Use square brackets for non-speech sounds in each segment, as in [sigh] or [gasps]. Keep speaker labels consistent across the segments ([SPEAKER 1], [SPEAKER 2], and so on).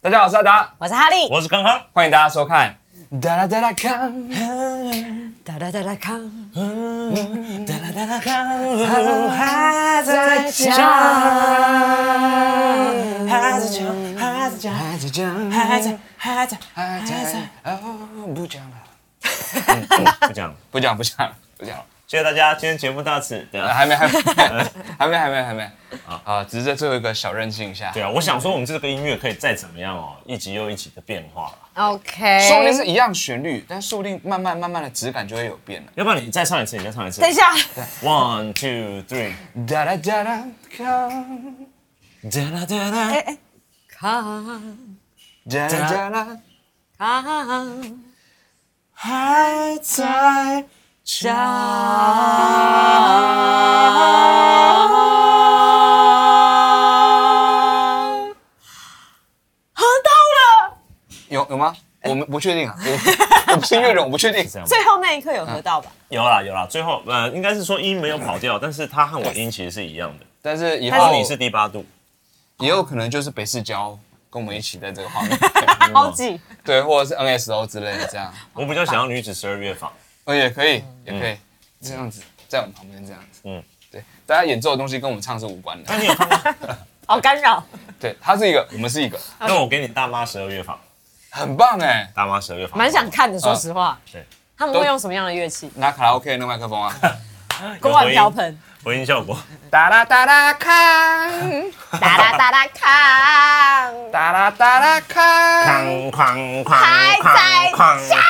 [SPEAKER 1] 大家好，我是阿达，
[SPEAKER 2] 我是哈利，
[SPEAKER 3] 我是康康，
[SPEAKER 1] 欢迎大家收看。哒啦哒啦康，
[SPEAKER 2] 哒哒哒哒康，
[SPEAKER 3] 哒啦哒啦康，还在
[SPEAKER 2] 讲
[SPEAKER 3] 还在讲，还在讲，
[SPEAKER 1] 还在讲，
[SPEAKER 3] 还在还在
[SPEAKER 1] 还
[SPEAKER 3] 还在，
[SPEAKER 1] 哦，不讲了，
[SPEAKER 3] [laughs] 不讲了，
[SPEAKER 1] 不讲不讲了，不讲了，
[SPEAKER 3] 谢谢大家，今天节目到此。对
[SPEAKER 1] 呃
[SPEAKER 3] 啊，
[SPEAKER 1] 还没还没还没还没还没啊啊！只是在最后一个小任性一下，
[SPEAKER 3] 对啊，我想说我们这个音乐可以再怎么样哦，一集又一集的变化，
[SPEAKER 2] OK，
[SPEAKER 1] 说不定是一样旋律，但说不定慢慢慢慢的质感就会有变了。
[SPEAKER 3] 要不然你再唱一次，你再唱一次。
[SPEAKER 2] 等一下，
[SPEAKER 3] ，one two three，
[SPEAKER 1] 哒啦哒啦康，
[SPEAKER 3] 哒啦哒啦，
[SPEAKER 2] 哎哎，康
[SPEAKER 1] 哒啦哒啦，
[SPEAKER 2] 康
[SPEAKER 3] 啊还在
[SPEAKER 2] 讲，哼到了，
[SPEAKER 1] 有有吗？我们不确定啊，我我不是乐人，我不确定。
[SPEAKER 3] 这样吧。
[SPEAKER 2] 最后那一刻有合到吧？
[SPEAKER 3] 有啦有啦，最后呃，应该是说音没有跑掉，但是它和我音其实是一样的。
[SPEAKER 1] 但是以
[SPEAKER 3] 然
[SPEAKER 1] 后
[SPEAKER 3] 后你是第八度，
[SPEAKER 1] 也有可能就是北市交跟我们一起在这个画面， [laughs]
[SPEAKER 3] 嗯
[SPEAKER 2] 好挤，
[SPEAKER 1] 对，或者是 NSO 之类的这样，
[SPEAKER 3] 我比较想要女子十二乐坊。
[SPEAKER 1] 哦也可以，也可以这样子在我们旁边这样子，嗯
[SPEAKER 3] 嗯，
[SPEAKER 1] 对，大家演奏的东西跟我们唱是无关的，
[SPEAKER 3] 那你有看过？
[SPEAKER 2] 好干扰。
[SPEAKER 1] 对，它是一个，我们是一个，
[SPEAKER 3] 那我给你大妈十二乐坊，
[SPEAKER 1] 很棒哎，
[SPEAKER 3] 大妈十二乐坊，
[SPEAKER 2] 蛮想看的，说实话。
[SPEAKER 3] 对
[SPEAKER 2] 他们会用什么样的乐器？
[SPEAKER 1] 拿卡拉 OK 的那麦克风啊，
[SPEAKER 2] 锅碗瓢盆，
[SPEAKER 3] 回音效果。
[SPEAKER 1] [laughs] 哒啦哒啦康，
[SPEAKER 2] 哒哒哒哒康，
[SPEAKER 1] 哒啦哒啦康，
[SPEAKER 3] 哐哐
[SPEAKER 2] 嗯
[SPEAKER 3] 哐
[SPEAKER 2] 还在
[SPEAKER 3] 哐哐。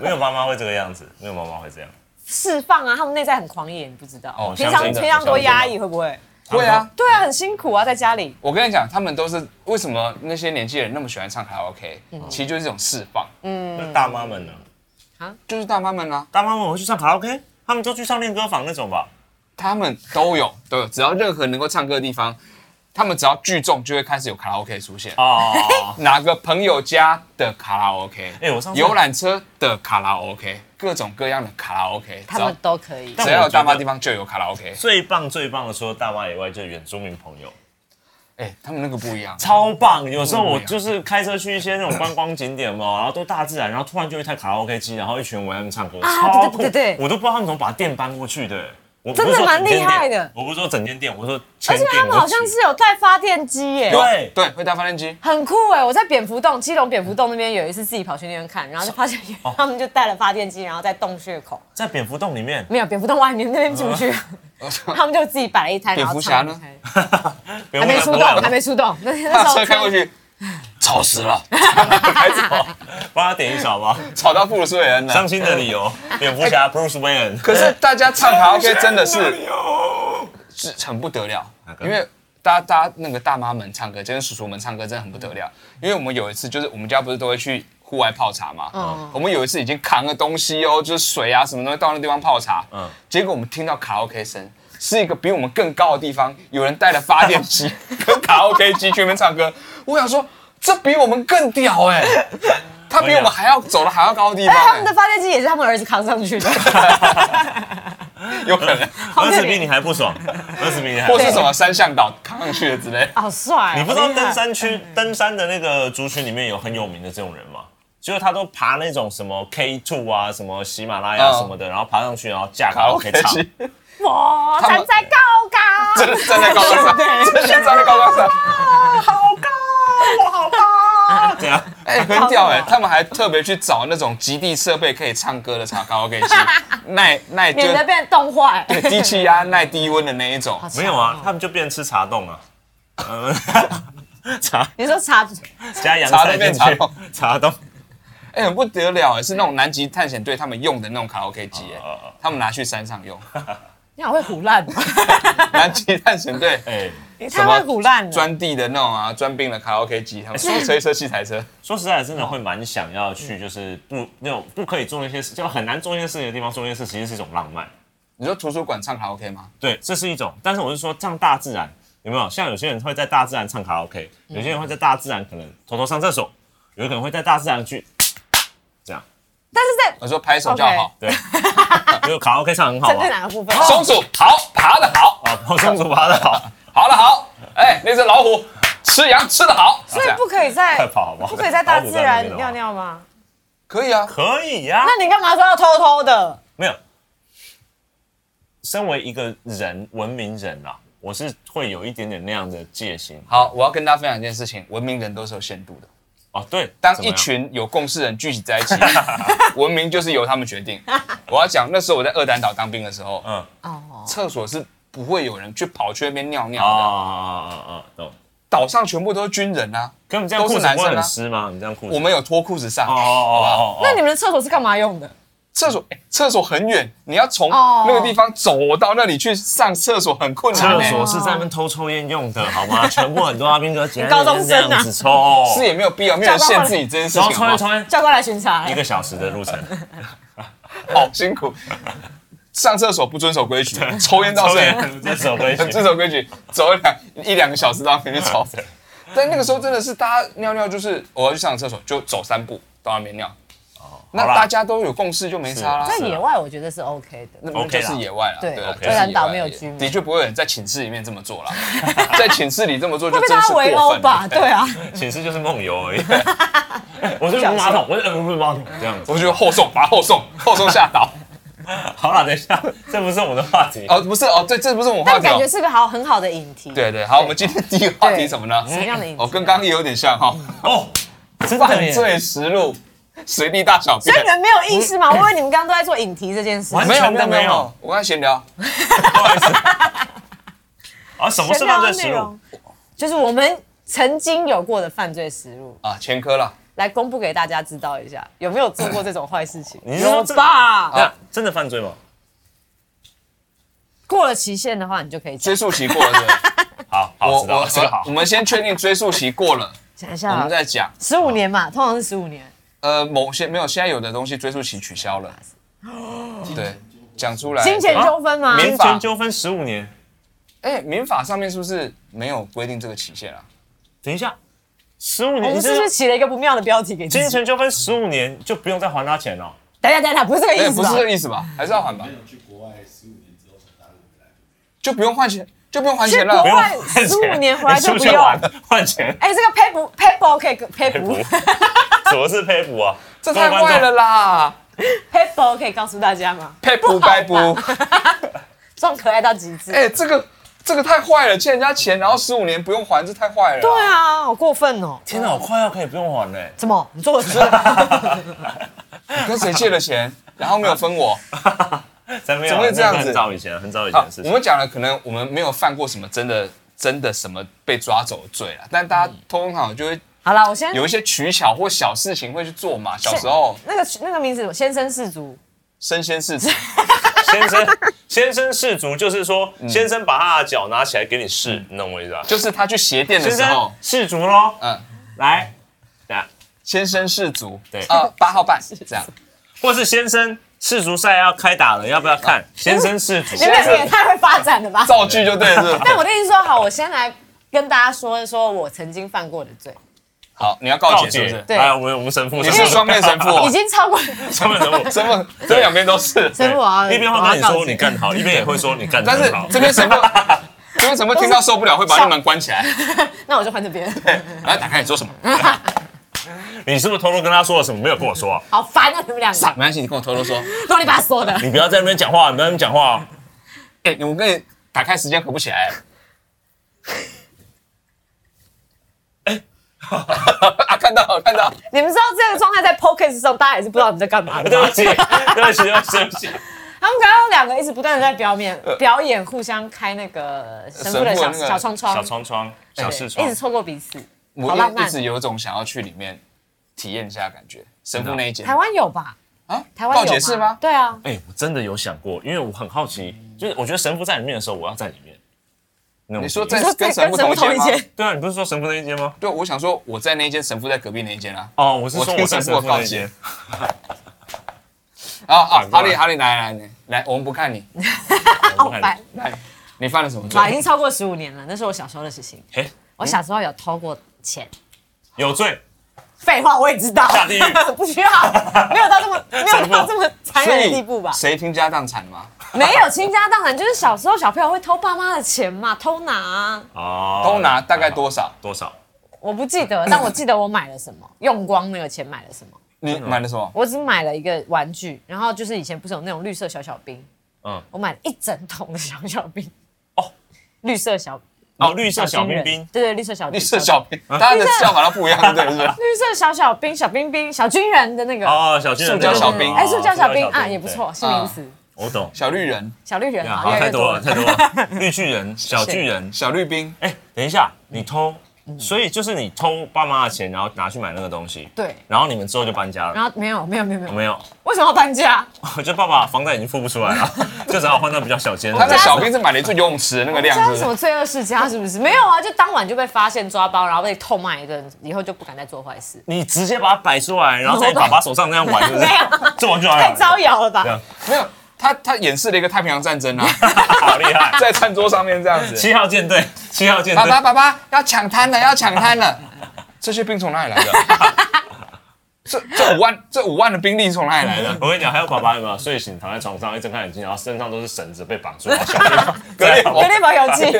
[SPEAKER 3] 没有妈妈会这个样子，没有妈妈会这样。
[SPEAKER 2] 释放啊！他们内在很狂野，你不知道。
[SPEAKER 1] 哦
[SPEAKER 2] 平
[SPEAKER 3] 像
[SPEAKER 2] 常
[SPEAKER 3] 真的
[SPEAKER 2] 平常多压抑，会不会？
[SPEAKER 1] 对啊，
[SPEAKER 2] 对啊，很辛苦啊，在家里。
[SPEAKER 1] 我跟你讲，他们都是为什么那些年纪人那么喜欢唱卡拉 OK，其实就是一种释放，
[SPEAKER 2] 嗯
[SPEAKER 3] 那大妈们呢？
[SPEAKER 1] 就是大妈们啊啦、
[SPEAKER 3] 大妈们会去唱卡拉 OK，他们都去唱练歌房那
[SPEAKER 2] [laughs]
[SPEAKER 3] 种吧？
[SPEAKER 1] 他们都有都有，只要任何能够唱歌的地方，他们只要聚众就会开始有卡拉 OK 出现。
[SPEAKER 3] 哦，
[SPEAKER 1] 哪个朋友家的卡拉 OK？
[SPEAKER 3] 哎我上次
[SPEAKER 1] 游览车的卡拉 OK，各种各样的卡拉 OK，
[SPEAKER 2] 他们都可
[SPEAKER 1] 只
[SPEAKER 2] 以
[SPEAKER 1] 要
[SPEAKER 3] 但
[SPEAKER 1] 只要有
[SPEAKER 3] 我觉
[SPEAKER 1] 大
[SPEAKER 3] 得
[SPEAKER 1] 妈地方就有卡拉 OK。
[SPEAKER 3] 最棒最棒的，除了大妈以外，就是原住民朋友。
[SPEAKER 1] 哎、他们那个不一样，
[SPEAKER 3] 超棒！有时候我就是开车去一些那种观光景
[SPEAKER 2] [laughs]
[SPEAKER 3] 点嘛，然后都大自然，然后突然就一台卡拉 OK 机，然后一群人围在那边唱歌，
[SPEAKER 2] 啊
[SPEAKER 3] 超酷！
[SPEAKER 2] 对对对对
[SPEAKER 3] 我都不知道他们怎么把店搬过去的。我
[SPEAKER 2] 真的
[SPEAKER 3] 不是说
[SPEAKER 2] 蛮
[SPEAKER 3] 整间
[SPEAKER 2] 厉害
[SPEAKER 3] 店
[SPEAKER 2] 的
[SPEAKER 3] 我不是说整间店，我说
[SPEAKER 2] 而
[SPEAKER 3] 全
[SPEAKER 2] 且
[SPEAKER 3] 店。
[SPEAKER 2] 他们好像是有带发电机耶，
[SPEAKER 3] 对
[SPEAKER 1] 对，会搭发电机，
[SPEAKER 2] 很酷哎！我在蝙蝠洞，基隆蝙蝠洞那边有一次自己跑去那边看，然后就发现
[SPEAKER 3] 哦
[SPEAKER 2] 他们就带了发电机，然后在洞穴
[SPEAKER 3] [laughs]
[SPEAKER 2] 口，
[SPEAKER 3] 在蝙蝠洞里面，
[SPEAKER 2] 没有蝙蝠洞外面那边进不去，他们就自己摆了一摊。然后
[SPEAKER 1] 蝙蝠侠
[SPEAKER 2] 唱
[SPEAKER 1] 呢
[SPEAKER 2] 一摊
[SPEAKER 3] 还
[SPEAKER 2] 还没出动，
[SPEAKER 3] 啊
[SPEAKER 2] 还没出
[SPEAKER 3] [laughs]
[SPEAKER 2] 动，那那
[SPEAKER 1] 大
[SPEAKER 2] 时候
[SPEAKER 1] [laughs] 车开过去，吵死了，
[SPEAKER 3] 帮他点一首好
[SPEAKER 2] [laughs]
[SPEAKER 3] 不好？
[SPEAKER 1] 吵到布鲁斯韦恩了
[SPEAKER 3] 伤。心的理由，蝙蝠侠 Bruce Wayne。
[SPEAKER 1] 可是大家唱卡拉 OK 真的是
[SPEAKER 3] 理由
[SPEAKER 1] 是很不得了，
[SPEAKER 3] 嗯个
[SPEAKER 1] 因为大家大家那个大妈们唱歌，跟叔叔们唱歌真的很不得了。因为我们有一次就是我们家不是都会去户外泡茶嘛，
[SPEAKER 3] 嗯
[SPEAKER 1] 我们有一次已经扛了东西哦，就是水啊什么东西到那地方泡茶，
[SPEAKER 3] 嗯
[SPEAKER 1] 结果我们听到卡拉 OK 声。是一个比我们更高的地方，有人带了发电机 [laughs] 跟卡拉 OK 机去那边唱歌。我想说，这比我们更屌哎、他比我们还要走的还要高的地方、
[SPEAKER 2] 但他们的
[SPEAKER 1] 欸，
[SPEAKER 2] 发电机也是他们儿子扛上
[SPEAKER 3] [laughs]
[SPEAKER 2] 去的，
[SPEAKER 1] 有可能，
[SPEAKER 3] 儿子比你还不爽，儿子比你还不
[SPEAKER 1] 或
[SPEAKER 3] 爽
[SPEAKER 1] 是什么山向导扛上去的之类。
[SPEAKER 2] 好帅哦！
[SPEAKER 3] 你不知道
[SPEAKER 2] 好厉害嗯
[SPEAKER 3] 登山区登山的那个族群里面有很有名的这种人吗？就是他都爬那种什么 K two 啊，什么喜马拉雅
[SPEAKER 1] 嗯
[SPEAKER 3] 什么的，然后爬上去，然后架哦卡拉 OK 唱，
[SPEAKER 2] 哇，
[SPEAKER 1] 他们
[SPEAKER 2] 站在高
[SPEAKER 1] [laughs] 真
[SPEAKER 3] [laughs]
[SPEAKER 2] 岗，
[SPEAKER 1] 的站在高高
[SPEAKER 2] [laughs]
[SPEAKER 1] 上，真的站在高高上，
[SPEAKER 3] 好高，我好高，这 [laughs] 样
[SPEAKER 1] 哎、
[SPEAKER 2] [laughs]
[SPEAKER 1] 很屌哎、他们还特别去找那种极地设备可以唱歌的唱卡拉 OK
[SPEAKER 2] [laughs]
[SPEAKER 1] 机，耐耐就
[SPEAKER 2] 免得变冻坏。
[SPEAKER 1] 对低气
[SPEAKER 2] [laughs]
[SPEAKER 1] 压、耐低温的那一种。
[SPEAKER 3] 没有啊，他们就变吃茶冻 [laughs] 啊，嗯，茶
[SPEAKER 2] 你说茶
[SPEAKER 3] 加洋
[SPEAKER 1] 茶冻
[SPEAKER 3] 菜进
[SPEAKER 1] 变茶
[SPEAKER 3] 去
[SPEAKER 1] 冻，
[SPEAKER 3] 茶冻，
[SPEAKER 1] 哎、很不得了哎、是那种南极探险队他们用的那种卡拉 OK 机哎、
[SPEAKER 3] 哦哦
[SPEAKER 1] 他们拿去山上用。 [laughs]
[SPEAKER 2] 你好会唬烂，
[SPEAKER 3] [laughs]
[SPEAKER 1] 南极探险队
[SPEAKER 3] 哎，
[SPEAKER 2] 你太会唬烂了。
[SPEAKER 1] 钻地的那种啊，钻冰的卡拉 OK 机，他们说车车、器材车，
[SPEAKER 3] 说实在的，真的会蛮想要去，就是不那种不可以做那些事，就很难做一件事情的地方做一件事，其实是一种浪漫。
[SPEAKER 1] 你说图书馆唱卡拉 OK 吗？
[SPEAKER 3] 对，这是一种。但是我是说，唱大自然有没有？像有些人会在大自然唱卡拉 OK，有些人会在大自然可能偷偷上厕所，有可能会在大自然去这样。
[SPEAKER 2] 但是
[SPEAKER 1] 我说拍手叫好，
[SPEAKER 3] 对，因为卡拉 OK 唱很好
[SPEAKER 2] 在针对
[SPEAKER 3] 啊，
[SPEAKER 2] 哪个部分？
[SPEAKER 1] 松鼠好，爬得好，
[SPEAKER 3] 啊，松鼠爬的好，
[SPEAKER 1] 好了好，哎、那只老虎吃羊吃得好，
[SPEAKER 2] 所以
[SPEAKER 1] 这样
[SPEAKER 2] 不可以在
[SPEAKER 3] 快跑好不好
[SPEAKER 2] 不可以在大
[SPEAKER 3] 跑
[SPEAKER 2] 自
[SPEAKER 3] 步在那边
[SPEAKER 2] 然
[SPEAKER 3] 的话
[SPEAKER 2] 尿尿吗？
[SPEAKER 1] 可以啊。
[SPEAKER 3] 可以呀、
[SPEAKER 2] 那你干嘛说要偷偷的？
[SPEAKER 3] 没有。身为一个人，文明人啊，我是会有一点点那样的戒心
[SPEAKER 1] 好，我要跟大家分享一件事情，文明人都是有限度的。
[SPEAKER 3] 哦。对，
[SPEAKER 1] 当
[SPEAKER 3] 怎么
[SPEAKER 1] 一
[SPEAKER 3] 样
[SPEAKER 1] 群有共识的人聚集在一
[SPEAKER 3] [laughs]
[SPEAKER 1] 起，文明就是由他们决定。我要讲，那时候我在二胆岛当兵的时候，
[SPEAKER 3] 嗯
[SPEAKER 2] 哦，
[SPEAKER 1] 厕所是不会有人去跑去那边尿
[SPEAKER 3] 啊
[SPEAKER 1] 尿的，
[SPEAKER 3] 啊啊啊，懂。
[SPEAKER 1] 岛上全部都是军人啊，
[SPEAKER 3] 可你这样
[SPEAKER 1] 都
[SPEAKER 3] 裤
[SPEAKER 1] 是
[SPEAKER 3] 子
[SPEAKER 1] 男
[SPEAKER 3] 不
[SPEAKER 1] 生
[SPEAKER 3] 会
[SPEAKER 1] 啊
[SPEAKER 3] 很湿吗？你这样裤子，
[SPEAKER 1] 我们有脱裤子上
[SPEAKER 3] 哦。哦哦
[SPEAKER 2] 那
[SPEAKER 3] 哦
[SPEAKER 2] 你们的厕所是干嘛用的？
[SPEAKER 1] 厕所哎厕所很远，你要从
[SPEAKER 2] 哦
[SPEAKER 1] 那个地方走到那里去上厕所很困难
[SPEAKER 3] 厕
[SPEAKER 1] 欸。
[SPEAKER 3] 所是在那边偷抽烟用的，好吗？ [laughs] 全部很多阿兵哥姐
[SPEAKER 2] 高中
[SPEAKER 3] 这
[SPEAKER 2] 生啊
[SPEAKER 3] 样子抽，
[SPEAKER 1] 是也没有必要，没有人限制你这件事
[SPEAKER 3] 然后
[SPEAKER 1] 情
[SPEAKER 3] 抽
[SPEAKER 1] 好
[SPEAKER 3] 烟
[SPEAKER 1] 不好。
[SPEAKER 3] 抽烟，
[SPEAKER 2] 教官来巡查、
[SPEAKER 3] 一个小时的路程，
[SPEAKER 1] 好辛苦，上厕所不遵守规矩，抽烟到
[SPEAKER 3] 抽
[SPEAKER 1] 哦是很
[SPEAKER 3] 烟这手规
[SPEAKER 1] [laughs]
[SPEAKER 3] 矩
[SPEAKER 1] 很，遵守规矩，走两一两个小时到那边去
[SPEAKER 2] [laughs]
[SPEAKER 1] 抽。但那个时候真的是大家尿尿，就是我要去上厕所就走三步到那边尿。那
[SPEAKER 3] 好啦
[SPEAKER 1] 大家都有共识就没差啦
[SPEAKER 2] 在。野外我觉得哦是 OK 的。
[SPEAKER 1] 那那就是野外啦，
[SPEAKER 2] OK 啦
[SPEAKER 1] 对啊，
[SPEAKER 3] 对
[SPEAKER 1] 就是野外
[SPEAKER 2] 自然岛没有居民
[SPEAKER 1] 的确不会有人在寝室里面这么做啦。
[SPEAKER 2] [laughs]
[SPEAKER 1] 在寝室里这么做就
[SPEAKER 2] 会被
[SPEAKER 1] 真
[SPEAKER 2] 大
[SPEAKER 1] 是
[SPEAKER 2] 家围
[SPEAKER 1] 过
[SPEAKER 2] 殴
[SPEAKER 1] 分
[SPEAKER 2] 吧？
[SPEAKER 1] 了。
[SPEAKER 2] 对啊，
[SPEAKER 3] 寝室就是梦游而已。我是马桶，我是呃不是马桶这样子。
[SPEAKER 1] 我觉得后送，把他后送， [laughs] 后送吓倒。
[SPEAKER 3] 好了，等一下，这不是我们的话题。
[SPEAKER 1] 哦，不是哦，对，这不是我们话
[SPEAKER 2] 但
[SPEAKER 1] 题
[SPEAKER 2] 感
[SPEAKER 1] 哦
[SPEAKER 2] 觉。是个好很好的影题。
[SPEAKER 1] 对对，好，我们今天第一个话题什么呢？
[SPEAKER 2] 什么样的影题？
[SPEAKER 1] 哦，跟刚刚也有点像
[SPEAKER 2] [laughs]
[SPEAKER 1] 哈，
[SPEAKER 3] 哦，真的
[SPEAKER 1] 犯
[SPEAKER 3] 耶，
[SPEAKER 1] 罪实录，随地大小
[SPEAKER 2] 所以你
[SPEAKER 1] 便。
[SPEAKER 2] 们没有意识吗？我以为你们刚刚都在做影题这件事。
[SPEAKER 3] 完
[SPEAKER 1] 没有
[SPEAKER 3] 全
[SPEAKER 1] 没
[SPEAKER 3] 都
[SPEAKER 1] 有
[SPEAKER 3] [laughs] 没
[SPEAKER 1] 没
[SPEAKER 3] 有
[SPEAKER 1] 有，哦我刚才闲聊，
[SPEAKER 3] 不好意思。啊，什么是
[SPEAKER 2] 闲聊
[SPEAKER 3] 犯罪
[SPEAKER 2] 的
[SPEAKER 3] 实
[SPEAKER 2] 内
[SPEAKER 3] 录
[SPEAKER 2] 容？就是我们曾经有过的犯罪实录，
[SPEAKER 1] 啊，前科了。
[SPEAKER 2] 来公布给大家知道一下，有没有做过这种坏事情？
[SPEAKER 3] 你是说
[SPEAKER 2] 有
[SPEAKER 3] 这
[SPEAKER 2] 吧？
[SPEAKER 3] 啊，真的犯罪吗？
[SPEAKER 2] 过了期限的话，你就可以讲
[SPEAKER 1] 追。溯期过了是不是，
[SPEAKER 3] 好 [laughs] 好，
[SPEAKER 1] 我
[SPEAKER 3] 知道
[SPEAKER 1] 我
[SPEAKER 3] 了，这个好
[SPEAKER 1] 我。们先确定追溯期过
[SPEAKER 2] [laughs]
[SPEAKER 1] 了，
[SPEAKER 2] 讲一
[SPEAKER 1] 我
[SPEAKER 2] 下啊
[SPEAKER 1] 们，再讲。
[SPEAKER 2] 十五年嘛，通常是十五年。
[SPEAKER 1] 呃，某些没有，现在有的东西追溯期取消
[SPEAKER 2] [gasps]
[SPEAKER 1] 了。对，讲出来。
[SPEAKER 2] 金钱
[SPEAKER 3] 啊
[SPEAKER 2] 纠纷吗？
[SPEAKER 1] 民
[SPEAKER 3] 民权纠纷十五年。
[SPEAKER 1] 哎，民法上面是不是没有规定这个期限啊？
[SPEAKER 3] 等一下，十五
[SPEAKER 2] 哦我
[SPEAKER 3] 年，
[SPEAKER 2] 们
[SPEAKER 3] 你
[SPEAKER 2] 是不
[SPEAKER 3] 这
[SPEAKER 2] 是起了一个不妙的标题给自
[SPEAKER 3] 金
[SPEAKER 2] 己？
[SPEAKER 3] 钱纠纷十五年就不用再还他钱了。
[SPEAKER 2] 等一下，等一下，不是这个
[SPEAKER 1] 哎，
[SPEAKER 2] 意思啊
[SPEAKER 1] 不是
[SPEAKER 2] 吧
[SPEAKER 1] 这？个意思吧？还是要还吧
[SPEAKER 4] 没？有去国外十五年之后从大陆回来，
[SPEAKER 1] 就不用换钱，就不用还
[SPEAKER 2] 去
[SPEAKER 1] 钱
[SPEAKER 2] 国
[SPEAKER 1] 了。
[SPEAKER 2] 外
[SPEAKER 3] 换
[SPEAKER 2] 十五
[SPEAKER 3] 钱哎
[SPEAKER 2] 年回来就不
[SPEAKER 3] 你出去
[SPEAKER 2] 用。
[SPEAKER 3] 玩换钱。
[SPEAKER 2] 哎，这个 pay 不 pay 不 OK 可以
[SPEAKER 3] 佩
[SPEAKER 2] pay
[SPEAKER 3] 服
[SPEAKER 2] 不，
[SPEAKER 3] [laughs] 什么是佩服啊？
[SPEAKER 1] 这太坏了啦！
[SPEAKER 2] pay 不可以告诉大家吗？
[SPEAKER 1] 佩服拜不？
[SPEAKER 2] 装可爱到极致。
[SPEAKER 1] 哎，这个这个太坏了，欠人家钱，然后十五年不用还，这太坏了。
[SPEAKER 2] 对，啊，好过分哦！
[SPEAKER 3] 天哪，我快要可以不用还了欸。
[SPEAKER 2] 怎么？你做了什么？
[SPEAKER 1] 你跟谁借了钱，然后没有分我？
[SPEAKER 3] 真没有，
[SPEAKER 1] 怎么会这样子
[SPEAKER 3] 那很早以前，很早以前
[SPEAKER 1] 好
[SPEAKER 3] 的，事
[SPEAKER 1] 我
[SPEAKER 3] 情。
[SPEAKER 1] 们讲了，可能我们没有犯过什么真的真的什么被抓走的罪啦，但大家通常就会
[SPEAKER 2] 好了，我先
[SPEAKER 1] 有一些取巧或小事情会去做嘛。小时候
[SPEAKER 2] 那个那个名字，先生氏族，
[SPEAKER 1] 身先士卒，
[SPEAKER 3] 先生，
[SPEAKER 1] [laughs]
[SPEAKER 3] 先生士卒，就是说，
[SPEAKER 1] 嗯
[SPEAKER 3] 先生把他的脚拿起来给你试，你懂我意思吧？
[SPEAKER 1] 就是他去鞋店的
[SPEAKER 3] 先
[SPEAKER 1] 时
[SPEAKER 3] 生
[SPEAKER 1] 候，
[SPEAKER 3] 士卒喽，
[SPEAKER 1] 嗯，
[SPEAKER 3] 来，来，
[SPEAKER 1] 先生士卒，
[SPEAKER 3] 对
[SPEAKER 1] 啊，八号半这样。
[SPEAKER 3] 或是先生士卒赛要开打了，要不要
[SPEAKER 1] 嗯
[SPEAKER 3] 看？先生士卒
[SPEAKER 2] 你，们两个也太会发展了吧？
[SPEAKER 1] 造句就对了是不是
[SPEAKER 2] 但我的意思说，好，我先来跟大家说，说我曾经犯过的罪，
[SPEAKER 1] 好，你要告解是
[SPEAKER 3] 告
[SPEAKER 1] 不
[SPEAKER 3] 解
[SPEAKER 1] 是，？
[SPEAKER 2] 对
[SPEAKER 3] 哎，我们我们神父，
[SPEAKER 1] 你是双面神父哦
[SPEAKER 2] 已，经超过
[SPEAKER 3] 双面神
[SPEAKER 1] [laughs]
[SPEAKER 3] 父，
[SPEAKER 1] 身份这两边都是。
[SPEAKER 2] 神父啊，
[SPEAKER 3] 一边会跟你
[SPEAKER 2] 我要告诉
[SPEAKER 3] 说你干好，一边也会说你干得
[SPEAKER 1] 但是
[SPEAKER 3] 很好。
[SPEAKER 1] 这边神父，这边神父听到受不了会把你们关起来， [laughs]
[SPEAKER 2] 那我就换这边，
[SPEAKER 1] 然后打开你说什么？
[SPEAKER 3] 你是不是偷偷跟他说了什么？没有跟我说啊？
[SPEAKER 2] 好烦啊！你们两
[SPEAKER 1] [laughs]
[SPEAKER 2] 个
[SPEAKER 1] 没关系，你跟我偷偷说。
[SPEAKER 2] 啰里吧嗦的，
[SPEAKER 3] 你不要在那边讲话，你不要在那边
[SPEAKER 2] [laughs]
[SPEAKER 3] 讲话哦。
[SPEAKER 1] 哎，我跟你打开时间合不起来。哎，啊，看到了看到了，
[SPEAKER 2] 你们知道这个状态在 p o c a s t 上，大家也是不知道你们在干嘛的
[SPEAKER 3] 对
[SPEAKER 2] 吗
[SPEAKER 3] 不？起，对不起，对不起，对不起。
[SPEAKER 2] 他们刚刚两个一直不断的在表演表演，互相开那个神父的
[SPEAKER 1] 神父的
[SPEAKER 2] 小
[SPEAKER 1] 那个
[SPEAKER 2] 小窗窗
[SPEAKER 3] [laughs] 小，窗窗，小
[SPEAKER 2] 对
[SPEAKER 3] 视
[SPEAKER 2] 一
[SPEAKER 3] 窗
[SPEAKER 2] 直，错过彼此。
[SPEAKER 1] 我
[SPEAKER 2] 好浪
[SPEAKER 1] 一
[SPEAKER 2] 漫
[SPEAKER 1] 一直有种想要去里面体验一下的感觉。神父那一间
[SPEAKER 2] 啊台湾有吧？
[SPEAKER 1] 啊，
[SPEAKER 2] 台湾有
[SPEAKER 1] 告解是吗？
[SPEAKER 2] 对啊，
[SPEAKER 3] 哎、我真的有想过，因为我很好奇，就是我觉得神父在里面的时候，我要在里面。那种
[SPEAKER 1] 你说
[SPEAKER 3] 体验
[SPEAKER 1] 在跟神父同一间吗？
[SPEAKER 3] 对啊，你不是说神父那一间吗？
[SPEAKER 1] 对，我想说我在那一间，神父在隔壁那一间啊。
[SPEAKER 3] 哦，我是
[SPEAKER 1] 我
[SPEAKER 3] 说
[SPEAKER 1] 听
[SPEAKER 3] 我在
[SPEAKER 1] 神
[SPEAKER 3] 神
[SPEAKER 1] 父
[SPEAKER 3] 父
[SPEAKER 1] 告
[SPEAKER 3] 那一
[SPEAKER 1] 解
[SPEAKER 3] 间。
[SPEAKER 1] 啊啊，
[SPEAKER 3] 反过
[SPEAKER 1] 哈
[SPEAKER 3] 来
[SPEAKER 1] 利哈利，来来来来，我们不
[SPEAKER 2] [laughs]
[SPEAKER 1] 看你，
[SPEAKER 2] 好烦。
[SPEAKER 1] 来，你犯了什么
[SPEAKER 2] 好，已
[SPEAKER 1] 罪？
[SPEAKER 2] 经超过十五年了，那是我小时候的事情。
[SPEAKER 3] 哎、
[SPEAKER 2] 我小时候有偷过钱。
[SPEAKER 3] 有罪，
[SPEAKER 2] 废话，我也知道。
[SPEAKER 3] 下地狱
[SPEAKER 2] 不需要，没有到这么没有到这么残忍的地步吧？
[SPEAKER 1] 所以谁倾家荡产吗？
[SPEAKER 2] 没有倾家荡产，就是小时候小朋友会偷爸妈的钱嘛，偷拿啊、
[SPEAKER 3] 哦，
[SPEAKER 1] 都拿大概多少？
[SPEAKER 3] 多少？
[SPEAKER 2] 我不记得，但我记得我买了什么，用光那个钱买了什么。
[SPEAKER 1] 你买的什么？
[SPEAKER 2] 我只买了一个玩具，然后就是以前不是有那种绿色小小兵，
[SPEAKER 3] 嗯
[SPEAKER 2] 嗯，我买了一整桶的小小兵，
[SPEAKER 3] 哦
[SPEAKER 2] 哦，绿色小
[SPEAKER 3] 哦，绿色小
[SPEAKER 2] 金
[SPEAKER 3] 冰
[SPEAKER 2] 人
[SPEAKER 3] 冰，
[SPEAKER 2] 对对，绿色小
[SPEAKER 1] 绿
[SPEAKER 2] 绿
[SPEAKER 1] 色小兵，大家
[SPEAKER 2] 啊
[SPEAKER 1] 的叫法都不一样，对不对？ [laughs]
[SPEAKER 2] 绿色小小兵小冰冰小军人的那个
[SPEAKER 3] 哦，小金人
[SPEAKER 1] 塑胶
[SPEAKER 3] 对
[SPEAKER 1] 小
[SPEAKER 3] 对
[SPEAKER 1] 兵
[SPEAKER 3] 对
[SPEAKER 2] 哎，塑胶小兵啊，
[SPEAKER 3] 对
[SPEAKER 2] 也不错，新名词，
[SPEAKER 3] 我懂。
[SPEAKER 1] 小绿人、
[SPEAKER 2] 小绿人
[SPEAKER 3] 呀
[SPEAKER 2] 好，
[SPEAKER 3] 好，
[SPEAKER 2] 越来
[SPEAKER 3] 太
[SPEAKER 2] 越
[SPEAKER 3] 多
[SPEAKER 2] 多
[SPEAKER 3] 了，
[SPEAKER 2] 了。
[SPEAKER 3] 太多了。绿巨人、小巨人，
[SPEAKER 1] 小绿兵，
[SPEAKER 3] 哎，等一下，
[SPEAKER 2] 嗯
[SPEAKER 3] 你偷，所以就是你偷爸妈的钱，然后拿去买那个东西，
[SPEAKER 2] 对，
[SPEAKER 3] 然后你们之后就搬家了。
[SPEAKER 2] 然后没有没有没有没有，
[SPEAKER 3] 没有， [laughs]
[SPEAKER 2] 为什么要搬家？
[SPEAKER 3] 我觉得爸爸房贷已经付不出
[SPEAKER 2] [laughs]
[SPEAKER 3] 来了，就只好换到比较小间的。
[SPEAKER 1] 他在小兵是买了一座游泳池的那个量，
[SPEAKER 2] 家
[SPEAKER 1] 是不
[SPEAKER 2] 是什
[SPEAKER 1] 是？
[SPEAKER 2] 么罪恶世家是不是？没有啊，就当晚就被发现抓包，然后被痛骂一顿，以后就不敢再做坏事。
[SPEAKER 3] 你直接把它摆出来，然后在你爸爸手上那样
[SPEAKER 2] [laughs]
[SPEAKER 3] 玩，是不是
[SPEAKER 2] 没有？
[SPEAKER 3] 这玩具
[SPEAKER 2] 啊太招
[SPEAKER 3] 摇，
[SPEAKER 2] 摇了吧
[SPEAKER 3] 对？啊
[SPEAKER 1] 没有，他他演示了一个太平洋战争啊，
[SPEAKER 3] [laughs] 好厉害！
[SPEAKER 1] 在餐桌上面这样子。
[SPEAKER 3] 七号舰队，七号舰
[SPEAKER 1] 爸爸
[SPEAKER 3] 队，
[SPEAKER 1] 爸爸要抢滩了，要抢滩了！这些兵从哪里来的？这这五万这五万的兵力从哪里来的？
[SPEAKER 3] 我跟你讲，还有爸爸有没有睡醒躺在床上，一睁开眼睛，然后身上都是绳子被绑住，然后
[SPEAKER 2] [laughs]
[SPEAKER 3] 小兵
[SPEAKER 1] 格列
[SPEAKER 3] 在
[SPEAKER 1] 佛
[SPEAKER 2] 有点保游记，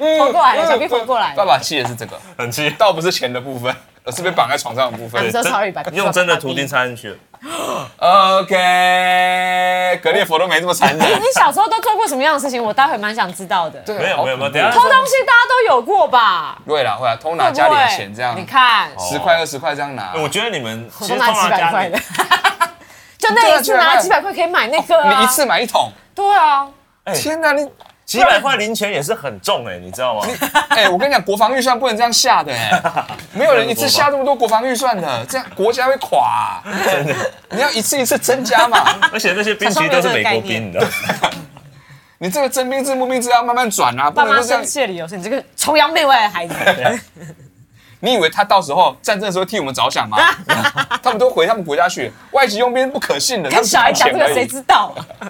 [SPEAKER 1] 哎
[SPEAKER 2] [laughs] 活过
[SPEAKER 1] 嗯
[SPEAKER 2] 来了，小兵活过来
[SPEAKER 1] 爸
[SPEAKER 2] 了。
[SPEAKER 1] 爸气的是这个，
[SPEAKER 3] 很
[SPEAKER 2] [laughs]
[SPEAKER 3] 气。
[SPEAKER 1] 倒不是钱的部分，而是被绑在床上的部分
[SPEAKER 2] 对。so sorry，把
[SPEAKER 3] 用真的图钉插进去了。
[SPEAKER 1] OK，格列佛都没这么残
[SPEAKER 2] 你
[SPEAKER 1] 忍。
[SPEAKER 2] 你小时候都做过什么样的事情？我待会蛮想知道的。
[SPEAKER 1] 对
[SPEAKER 3] [laughs] 没有没有没有，等一
[SPEAKER 2] 偷
[SPEAKER 3] 下
[SPEAKER 2] 东西大家都有过吧？
[SPEAKER 1] 对啦，会啊，偷拿
[SPEAKER 2] 会不
[SPEAKER 1] 家里的
[SPEAKER 2] 会？
[SPEAKER 1] 钱这样，
[SPEAKER 2] 你看，
[SPEAKER 1] 十块二十块这样拿。
[SPEAKER 3] 我觉得你们其
[SPEAKER 2] [laughs] 我
[SPEAKER 3] 实
[SPEAKER 2] 都
[SPEAKER 3] 通
[SPEAKER 2] 拿
[SPEAKER 3] 常
[SPEAKER 2] 几百
[SPEAKER 3] 家
[SPEAKER 2] 块的
[SPEAKER 3] 里，
[SPEAKER 2] [laughs] 就那一次拿
[SPEAKER 1] 对啊对啊
[SPEAKER 2] 几百块可以买那个啊
[SPEAKER 1] 你一次买一桶，
[SPEAKER 2] 对啊，
[SPEAKER 1] 天哪！你
[SPEAKER 3] 几百块零钱也是很重哎，你知
[SPEAKER 1] [laughs]
[SPEAKER 3] 道吗？
[SPEAKER 1] 哎，我跟你讲，国防预算不能这样下的哎，没有人一次下这么多国防预算的，这样国家会垮啊。你要一次一次增加嘛。
[SPEAKER 3] [laughs] 而且那些兵其实都是美国兵，你知道吗？
[SPEAKER 1] 你这个征兵制、募兵制要慢慢转啊，不
[SPEAKER 2] 爸
[SPEAKER 1] 能
[SPEAKER 2] 妈
[SPEAKER 1] 就这样
[SPEAKER 2] 生。气的理由是你这个崇洋媚外
[SPEAKER 1] [laughs]
[SPEAKER 2] 的孩子。
[SPEAKER 1] 你以为他到时候战争的时候替我们着
[SPEAKER 2] [laughs]
[SPEAKER 1] 想吗？他们都回他们国家去，外籍佣兵不可信的。他
[SPEAKER 2] 跟
[SPEAKER 1] 们
[SPEAKER 2] 小孩讲这
[SPEAKER 1] 抢
[SPEAKER 2] 个
[SPEAKER 1] 钱而
[SPEAKER 2] 谁
[SPEAKER 1] 已 [laughs]
[SPEAKER 2] 知道啊？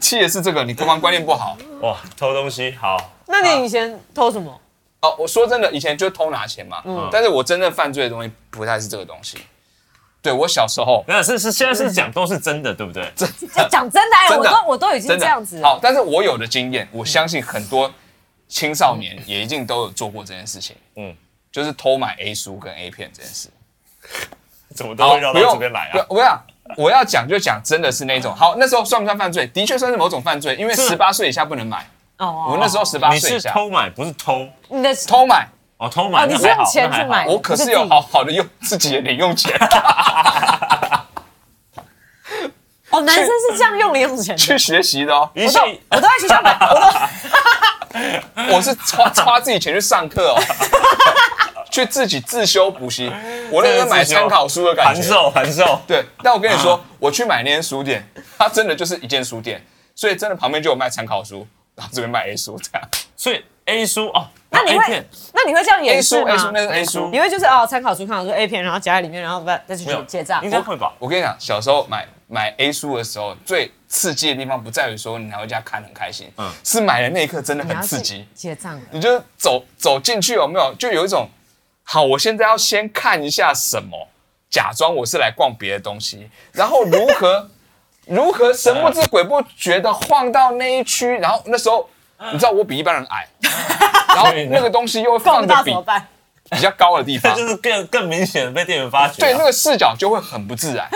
[SPEAKER 1] 气的是这个，你国防观念不好。
[SPEAKER 3] 哇，偷东西好，
[SPEAKER 2] 那你以前偷什么？
[SPEAKER 1] 哦，我说真的，以前就偷拿钱嘛，但是我真正犯罪的东西不太是这个东西。对我小时候
[SPEAKER 3] 那是是现在是讲都是真的，对不对？
[SPEAKER 1] 真
[SPEAKER 2] 这讲真的，哎，
[SPEAKER 1] 真
[SPEAKER 2] 我
[SPEAKER 1] 的
[SPEAKER 2] 都我都已经
[SPEAKER 1] 真
[SPEAKER 2] 这
[SPEAKER 1] 的
[SPEAKER 2] 样子了。
[SPEAKER 1] 好，但是我有的经验，我相信很多青少年也一定都有做过这件事情。
[SPEAKER 3] 嗯
[SPEAKER 1] 嗯，就是偷买 A 书跟 A 片这件事。
[SPEAKER 3] [laughs] 怎么都会绕到这边来
[SPEAKER 1] 不用不
[SPEAKER 3] 啊？
[SPEAKER 1] 我想我要讲就讲，真的是那种好，那时候算不算犯罪？的确算是某种犯罪，因为
[SPEAKER 3] 是
[SPEAKER 1] 十八岁以下不能买。
[SPEAKER 2] 哦
[SPEAKER 1] 我那时候十八
[SPEAKER 3] 你
[SPEAKER 1] 岁以
[SPEAKER 3] 是
[SPEAKER 1] 下
[SPEAKER 3] 偷买不是偷
[SPEAKER 2] 你的
[SPEAKER 1] 偷买，
[SPEAKER 3] 哦，偷买
[SPEAKER 2] 哦你
[SPEAKER 3] 那
[SPEAKER 2] 是
[SPEAKER 3] 还好
[SPEAKER 2] 用钱去
[SPEAKER 3] 那还好
[SPEAKER 2] 买
[SPEAKER 1] 我可啊是有好好的用自己的零用钱
[SPEAKER 2] 哦，男生是这样用零用钱的。
[SPEAKER 1] 去学习的
[SPEAKER 3] [laughs]
[SPEAKER 1] 哦。
[SPEAKER 3] 一
[SPEAKER 2] 我都
[SPEAKER 3] 系
[SPEAKER 2] 我都在学
[SPEAKER 1] [laughs]
[SPEAKER 2] 校买，我都
[SPEAKER 1] 我是
[SPEAKER 3] [laughs]
[SPEAKER 1] 花花自己钱去上课哦，去自己自修补习。我那时候买参考书的感
[SPEAKER 3] 函
[SPEAKER 1] 觉。
[SPEAKER 3] 授函授，
[SPEAKER 1] 对，但我跟你说，我去买那间书店， [laughs] 它真的就是一间书店，所以真的旁边就有卖参考书，然后这边卖 A 书这样。
[SPEAKER 3] 所以 A 书哦，
[SPEAKER 2] 那你
[SPEAKER 3] A
[SPEAKER 2] 会
[SPEAKER 3] 片
[SPEAKER 2] 那你会这样
[SPEAKER 1] A
[SPEAKER 2] 演
[SPEAKER 1] 书
[SPEAKER 2] 示
[SPEAKER 1] A 书那
[SPEAKER 2] 吗？
[SPEAKER 1] 是 A 书
[SPEAKER 2] 你，会就是哦，参考书看好说 A 片，然后夹在里面，然后再再去
[SPEAKER 3] 没有
[SPEAKER 2] 结账
[SPEAKER 3] 应。该会吧？
[SPEAKER 1] 我跟你讲，小时候买买 A 书的时候，最刺激的地方不在于说你拿回家看很开心，
[SPEAKER 3] 嗯
[SPEAKER 1] 是买的那一刻真的
[SPEAKER 2] 你要
[SPEAKER 1] 很
[SPEAKER 2] 去
[SPEAKER 1] 刺激。
[SPEAKER 2] 结账的，
[SPEAKER 1] 你就走走进去有没有？就有一种，好，我现在要先看一下什么，假装我是来逛别的东西，然后如何 [laughs] 如何神不知鬼不觉的晃到那一区，然后那时候你知道我比一般人矮，然后那个东西又会
[SPEAKER 2] 逛
[SPEAKER 1] 放
[SPEAKER 2] 不
[SPEAKER 1] 的
[SPEAKER 2] 到
[SPEAKER 1] 比
[SPEAKER 2] 怎么办？
[SPEAKER 1] 比较高的地
[SPEAKER 3] 这
[SPEAKER 1] 方，
[SPEAKER 3] 就是更更明显的被店员发觉
[SPEAKER 1] 对那
[SPEAKER 3] 啊。
[SPEAKER 1] 个视角就会很不自然，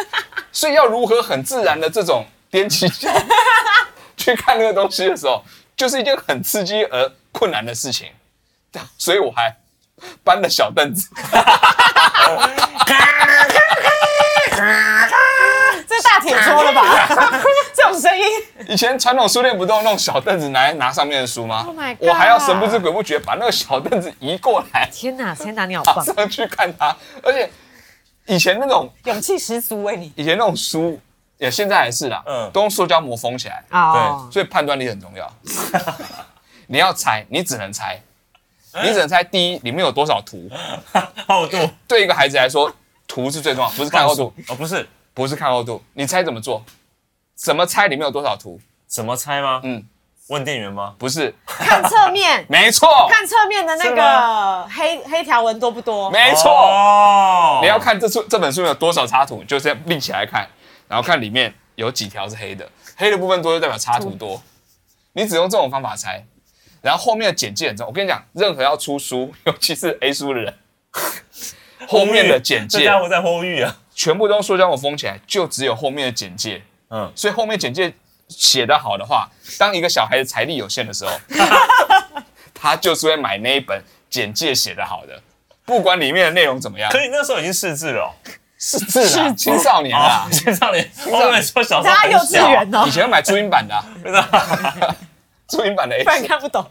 [SPEAKER 1] 所以要如何很自然的这种踮起脚 [laughs] 去看那个东西的时候，就是一件很刺激而困难的事情。所以我还搬了小凳子，
[SPEAKER 2] 这大铁桌了吧？
[SPEAKER 1] [laughs]
[SPEAKER 2] 这种声音，
[SPEAKER 1] 以前传统书店不都用那种小凳子拿来拿上面的书吗
[SPEAKER 2] Oh my god
[SPEAKER 1] 我还要神不知鬼不觉把那个小凳子移过
[SPEAKER 2] [laughs]
[SPEAKER 1] 来，
[SPEAKER 2] 天哪，天哪，你好
[SPEAKER 1] [laughs] 爬
[SPEAKER 2] 棒，
[SPEAKER 1] 上去看它。而且以前那种
[SPEAKER 2] 勇气十足哎你
[SPEAKER 1] 以前那种书，也现在还是啦，
[SPEAKER 3] 嗯
[SPEAKER 1] 都用塑胶膜封起来。
[SPEAKER 2] 哦，
[SPEAKER 1] 所以判断力很重要。 [laughs] 你要猜，你只能猜，你只能猜第一里面有多少图。
[SPEAKER 3] [laughs] 厚度
[SPEAKER 1] 对一个孩子来说，图是最重要，不是看厚度，
[SPEAKER 3] 哦，不是
[SPEAKER 1] 不是看厚度，你猜怎么做？怎么猜里面有多少图？
[SPEAKER 3] 怎么猜吗？
[SPEAKER 1] 嗯，
[SPEAKER 3] 问店员吗？
[SPEAKER 1] 不是，
[SPEAKER 2] 看
[SPEAKER 1] [laughs]
[SPEAKER 2] 侧面，
[SPEAKER 1] 没错，
[SPEAKER 2] 看侧面的那
[SPEAKER 3] 是
[SPEAKER 2] 个
[SPEAKER 3] 吗
[SPEAKER 2] 黑黑条纹多不多？
[SPEAKER 1] 没错。
[SPEAKER 3] 哦
[SPEAKER 1] 你要看这书这本书有多少插图，你就是要立起来看，然后看里面有几条是黑的，黑的部分多就代表插图多。
[SPEAKER 3] 嗯
[SPEAKER 1] 你只用这种
[SPEAKER 3] [laughs]
[SPEAKER 1] 方法猜，然后后面的简介很重要。我跟你讲，任何要出书，尤其是 A 书的人，后面的简
[SPEAKER 3] 这
[SPEAKER 1] 介
[SPEAKER 3] 家伙在呼吁啊，
[SPEAKER 1] 全部都用塑胶膜封起来，就只有后面的简介。
[SPEAKER 3] 嗯，
[SPEAKER 1] 所以后面简介写得好的话，当一个小孩子财力有限的
[SPEAKER 3] [laughs]
[SPEAKER 1] 时候，他就是会买那一本简介写得好的，不管里面的内容怎么样
[SPEAKER 3] 可，你那时候已经识字了
[SPEAKER 1] 是字啦，青少年
[SPEAKER 3] 哦啊
[SPEAKER 1] 啦，，
[SPEAKER 3] 青少年，我跟你说小时
[SPEAKER 2] 大
[SPEAKER 3] 候
[SPEAKER 2] 家
[SPEAKER 3] 很
[SPEAKER 2] 幼稚
[SPEAKER 3] 小，
[SPEAKER 2] 园哦
[SPEAKER 1] 以，前买注音版的啊、
[SPEAKER 3] 真的
[SPEAKER 1] 注音版的 A
[SPEAKER 2] 不然看
[SPEAKER 1] [laughs]
[SPEAKER 2] 不懂，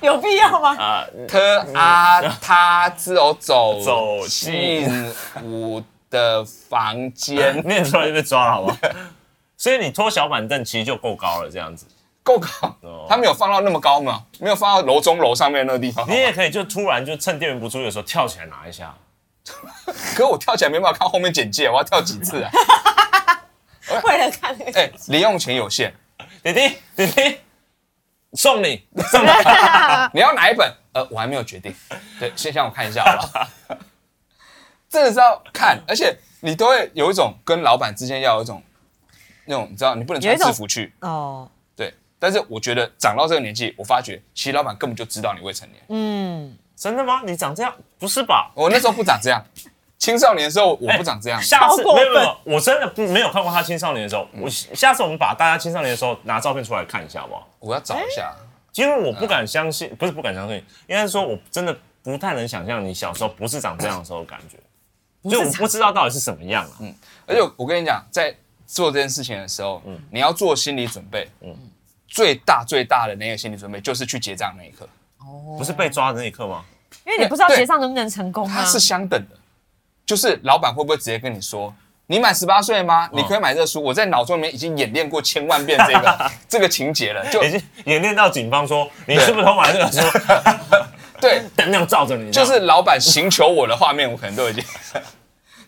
[SPEAKER 2] 有必要吗？
[SPEAKER 3] 啊，
[SPEAKER 1] 特啊他只有走
[SPEAKER 3] 走
[SPEAKER 1] 进我的房 [laughs] 间，
[SPEAKER 3] 念出来就被抓了，好不好？所以你拖小板凳其实就够高了，这样子，
[SPEAKER 1] 够高，他没有放到那么高嘛，没有放到楼中楼上面那个地方。
[SPEAKER 3] 你也可以就突然就趁店员不注意的时候跳起来拿一下，
[SPEAKER 1] 可我跳起来没办法看后面简介，我要跳几次 [laughs] 啊？
[SPEAKER 2] 为了看那个，
[SPEAKER 1] 哎，零用钱有限，
[SPEAKER 3] 弟弟弟弟送你上
[SPEAKER 1] 你要哪一本？呃，我还没有决定。对，先让我看一下好 [laughs] 不好？真的是要看，而且你都会有一种跟老板之间要有一种那种，你知道，你不能
[SPEAKER 2] 有
[SPEAKER 1] 穿
[SPEAKER 2] 一种
[SPEAKER 1] 制服去。
[SPEAKER 2] 哦，
[SPEAKER 1] 对，但是我觉得长到这个年纪，我发觉其实老板根本就知道你未成年。
[SPEAKER 2] 嗯，
[SPEAKER 3] 真的吗？你长这样不是吧？
[SPEAKER 1] 我那时候不长这样，青少年的时候我不长
[SPEAKER 2] 哎
[SPEAKER 1] 这样。
[SPEAKER 3] 下次
[SPEAKER 2] 超过
[SPEAKER 3] 没
[SPEAKER 2] 分
[SPEAKER 3] 有没有，我真的不没有看过他青少年的时候，我下次我们把大家青少年的时候拿照片出来看一下好不好？
[SPEAKER 1] 我要找一下，
[SPEAKER 3] 因为我不
[SPEAKER 1] 嗯
[SPEAKER 3] 敢相信，不是不敢相信，应该是说我真的不太能想象你小时候不是长这样的时候的感觉，就我不知道到底是什么样啊。
[SPEAKER 1] 而且我跟你讲，在做这件事情的时候，
[SPEAKER 2] 嗯
[SPEAKER 1] 你要做心理准备。最大最大的那个心理准备就是去结账那一刻，哦
[SPEAKER 3] 不是被抓的那一刻吗？
[SPEAKER 2] 因为你不知道结账能不能成
[SPEAKER 3] 嗯
[SPEAKER 2] 功啊
[SPEAKER 1] 它。是相等的，就是老板会不会直接跟你说，你满十八岁吗？
[SPEAKER 3] 嗯
[SPEAKER 1] 你可以买这个书。我在脑中里面已经演练过千万遍这
[SPEAKER 3] [laughs]
[SPEAKER 1] 个这个情节了，就
[SPEAKER 3] 已经演练到警方说你是不是偷买这个书， [laughs]
[SPEAKER 1] 对，
[SPEAKER 3] 灯那样照着你，
[SPEAKER 1] 就是老板行求我的画面，我可能都已
[SPEAKER 3] [laughs]
[SPEAKER 1] 经，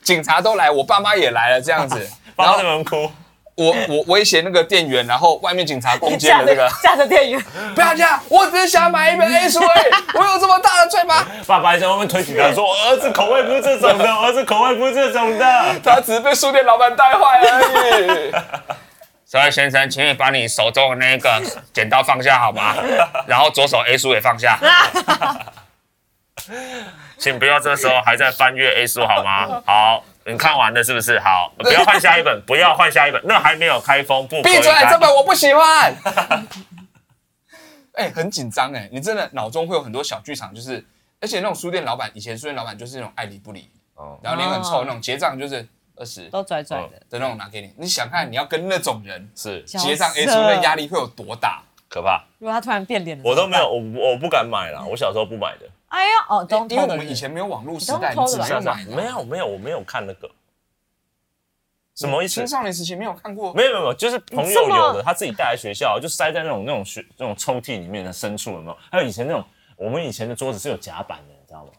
[SPEAKER 1] 警察都来，我爸妈也来了这样子，然
[SPEAKER 3] 帮
[SPEAKER 1] 后
[SPEAKER 3] 他们哭。
[SPEAKER 1] 我我威胁那个店员，然后外面警察攻坚的
[SPEAKER 3] [laughs] 啊
[SPEAKER 1] 这个，
[SPEAKER 2] [laughs] 架着店员，
[SPEAKER 1] 不要这样，我只是想买一本 A 书而已，
[SPEAKER 3] [laughs]
[SPEAKER 1] 我有这么大的罪吗？
[SPEAKER 3] 爸爸还在外面推警察说：“我儿子口味不是这
[SPEAKER 1] [laughs]
[SPEAKER 3] 种的，我儿子口味不是这种的。
[SPEAKER 1] 他只是被书店老板带坏而
[SPEAKER 3] [laughs]
[SPEAKER 1] 已。”
[SPEAKER 5] 所以先生，请你把你手中的那
[SPEAKER 1] [laughs]
[SPEAKER 5] 个剪刀放下好吗？然后左手 A 书也放
[SPEAKER 1] [laughs]
[SPEAKER 5] 下，请不要这时候还在翻阅 A 书好
[SPEAKER 1] [laughs]
[SPEAKER 5] 吗？好，你看完了是不是？好，不要换下一本，不要换下一本，那还没有开封，不可以
[SPEAKER 1] 闭嘴！
[SPEAKER 5] 开
[SPEAKER 1] 这本我不喜
[SPEAKER 3] [laughs]
[SPEAKER 1] 欢。哎、很紧张哎，你真的脑中会有很多小剧场，就是而且那种书店老板，以前书店老板就是那种爱理不理，
[SPEAKER 3] 哦
[SPEAKER 1] 然后脸很臭
[SPEAKER 2] 哦
[SPEAKER 1] 那种，结账就是二十的
[SPEAKER 2] 都拽拽
[SPEAKER 3] 嗯
[SPEAKER 2] 的，
[SPEAKER 1] 那种拿给你。你想看你要跟那种人
[SPEAKER 3] 是
[SPEAKER 1] 结账哎 A
[SPEAKER 2] 角
[SPEAKER 1] 书
[SPEAKER 2] 色
[SPEAKER 1] 的压力会有多大？
[SPEAKER 3] 可怕，
[SPEAKER 2] 如果他突然变脸了，
[SPEAKER 3] 我都没有，我我不敢买了。我小时候不买的，
[SPEAKER 2] 哎呀，哦，都
[SPEAKER 1] 因为我们以前没有网络时代，
[SPEAKER 2] 你都
[SPEAKER 1] 你
[SPEAKER 2] 偷
[SPEAKER 1] 只
[SPEAKER 2] 的
[SPEAKER 1] 能
[SPEAKER 2] 吧
[SPEAKER 3] 是啊
[SPEAKER 1] 用
[SPEAKER 3] 是啊
[SPEAKER 1] 买的。
[SPEAKER 3] 没有没有，我没有看那个，什么意思
[SPEAKER 1] 青？少年时期没有看过，
[SPEAKER 3] 没有没有没有，就是朋
[SPEAKER 2] 你
[SPEAKER 3] 友
[SPEAKER 2] 这么
[SPEAKER 3] 有的，他自己带来学校，就塞在那种那种学那种抽屉里面的深处，有没有？还有以前那种，我们以前的桌子是有夹板的，你知道吗？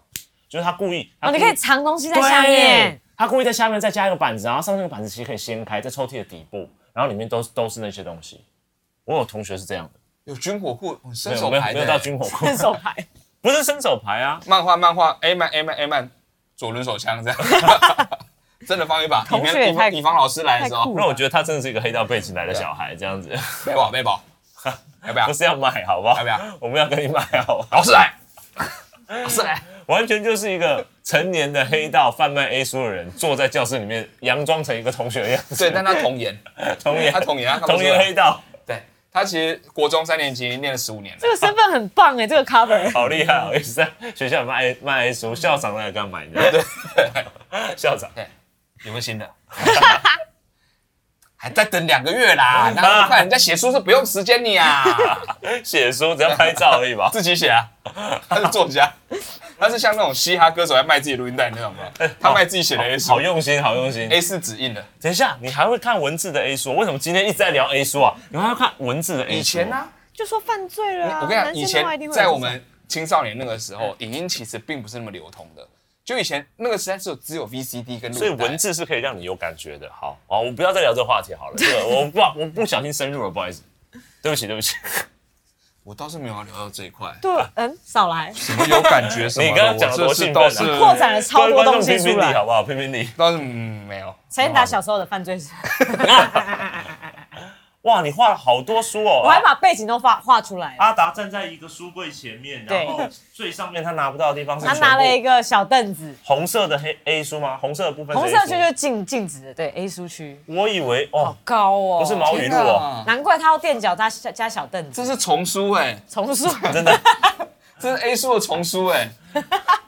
[SPEAKER 3] 就是他故意，他
[SPEAKER 2] 哦，
[SPEAKER 3] 故
[SPEAKER 2] 你
[SPEAKER 3] 意
[SPEAKER 2] 可以藏东西在
[SPEAKER 3] 对
[SPEAKER 2] 下面，。
[SPEAKER 3] 他故意在下面再加一个板子，然后上面那个板子其实可以掀开，在抽屉的底部，然后里面都都是那些东西。我有同学是这样的，
[SPEAKER 1] 有军火库、哦伸
[SPEAKER 3] 没有
[SPEAKER 1] 手
[SPEAKER 3] 没有
[SPEAKER 1] 牌
[SPEAKER 3] 没有到
[SPEAKER 1] 的，
[SPEAKER 3] 军火
[SPEAKER 2] [laughs]
[SPEAKER 3] 库，
[SPEAKER 2] 伸手
[SPEAKER 1] [laughs]
[SPEAKER 2] 牌，
[SPEAKER 3] 不是伸手牌啊，
[SPEAKER 1] 漫画漫画 A 漫 A 漫 A 漫左轮手枪这样，
[SPEAKER 2] [laughs]
[SPEAKER 1] 真的放一把。以
[SPEAKER 2] 同学也
[SPEAKER 1] 免以
[SPEAKER 2] 太
[SPEAKER 1] 防以防老师来的
[SPEAKER 2] 太
[SPEAKER 1] 时候
[SPEAKER 2] 酷，
[SPEAKER 3] 那我
[SPEAKER 2] 了。
[SPEAKER 3] 觉得他真的是一个黑道背景来的小孩，这样子
[SPEAKER 1] 背包背包， [laughs] 要不要
[SPEAKER 3] 不？是要买好不好
[SPEAKER 1] 要不要？
[SPEAKER 3] 我们要跟你买好不好？
[SPEAKER 1] 老师来，老师来，
[SPEAKER 3] 完全就是一个成年的黑道贩卖 A 书的人，坐在教室里面佯装成一个同学的样子，
[SPEAKER 1] [laughs] 对，但他童颜，
[SPEAKER 3] 童颜
[SPEAKER 1] 他啊童颜，他看不
[SPEAKER 3] 童
[SPEAKER 1] 出
[SPEAKER 3] 颜
[SPEAKER 1] 来。
[SPEAKER 3] 黑道，
[SPEAKER 1] [laughs] 对他其实国中三年级念了十五年了
[SPEAKER 2] 这，个身份很棒哎，这个 cover
[SPEAKER 3] 好厉害哦！也是在学校卖 A- 卖 A 书，校长都来跟他买的， [laughs] 校长。
[SPEAKER 1] 有没有新的？ [laughs] 还在等两个月啦，那么快，人家写书是不用时间你啊，
[SPEAKER 3] 写书只要拍照而
[SPEAKER 1] [laughs]
[SPEAKER 3] 已吧。
[SPEAKER 1] 自己写啊，他是作家，他是像那种嘻哈歌手在卖自己录音带那种的，他卖自己写的 A
[SPEAKER 3] 好
[SPEAKER 1] 书
[SPEAKER 3] 用心，好用心。
[SPEAKER 1] ，A 四纸印的，
[SPEAKER 3] 等一下，你还会看文字的 A 书？为什么今天一直在聊 A 书啊？你还要看文字的 A 书？
[SPEAKER 1] 以前呢、？啊，
[SPEAKER 2] 就说犯罪了啊。
[SPEAKER 1] 我跟你讲，
[SPEAKER 2] 男
[SPEAKER 1] 以
[SPEAKER 2] 生的话一定
[SPEAKER 1] 前在
[SPEAKER 2] 会有这
[SPEAKER 1] 我
[SPEAKER 2] 种
[SPEAKER 1] 们青少年那个时候，影音其实并不是那么流通的。就以前那个时代是有只有 VCD 跟录
[SPEAKER 3] 所以
[SPEAKER 1] 音带
[SPEAKER 3] 文字是可以让你有感觉的。好，好，我们不要再聊这个话题
[SPEAKER 1] [laughs]
[SPEAKER 3] 好了。这个我不，我不小心深入了，不好意思。对不起，对不起。
[SPEAKER 1] 我倒是没有要聊到这一块，
[SPEAKER 2] 对，嗯，少来，
[SPEAKER 1] 什么有感觉什么的。
[SPEAKER 3] 你刚刚讲得多
[SPEAKER 1] 我这
[SPEAKER 3] 兴
[SPEAKER 1] 是
[SPEAKER 3] 奋
[SPEAKER 1] 倒
[SPEAKER 3] 啊
[SPEAKER 1] 是
[SPEAKER 2] 扩展了超
[SPEAKER 3] 各位
[SPEAKER 2] 多
[SPEAKER 3] [laughs] 观众
[SPEAKER 2] 东西
[SPEAKER 3] 评评
[SPEAKER 2] 出
[SPEAKER 3] 理
[SPEAKER 2] 来。
[SPEAKER 3] 好不好？评评理。
[SPEAKER 1] 倒是嗯没有。 [laughs]
[SPEAKER 2] 陈建达小时候的犯罪史，
[SPEAKER 3] 哇，你画了好多书哦。
[SPEAKER 2] [laughs] 我还把背景都画画出来了。
[SPEAKER 1] 啊
[SPEAKER 3] 阿达站在一个书柜前面，
[SPEAKER 2] 对
[SPEAKER 3] 然后最上面他拿不到的地方是
[SPEAKER 2] 他
[SPEAKER 3] 全
[SPEAKER 2] 拿了一
[SPEAKER 3] 部
[SPEAKER 2] 个小凳子，
[SPEAKER 3] 红色的黑 A 书吗？红色的部分是
[SPEAKER 2] 红
[SPEAKER 3] A
[SPEAKER 2] 色区
[SPEAKER 3] 书
[SPEAKER 2] 就是禁禁止的，对 A 书区，
[SPEAKER 3] 我以为
[SPEAKER 2] 好
[SPEAKER 3] 哦，
[SPEAKER 2] 高哦，
[SPEAKER 3] 不是毛
[SPEAKER 1] 天
[SPEAKER 3] 雨露哦，
[SPEAKER 1] 哪，
[SPEAKER 2] 难怪他要垫脚加加小凳
[SPEAKER 1] 这
[SPEAKER 2] 子，
[SPEAKER 1] 是丛书哎，
[SPEAKER 2] 重塑。
[SPEAKER 3] 真的
[SPEAKER 1] 这是 A 书的丛书哎，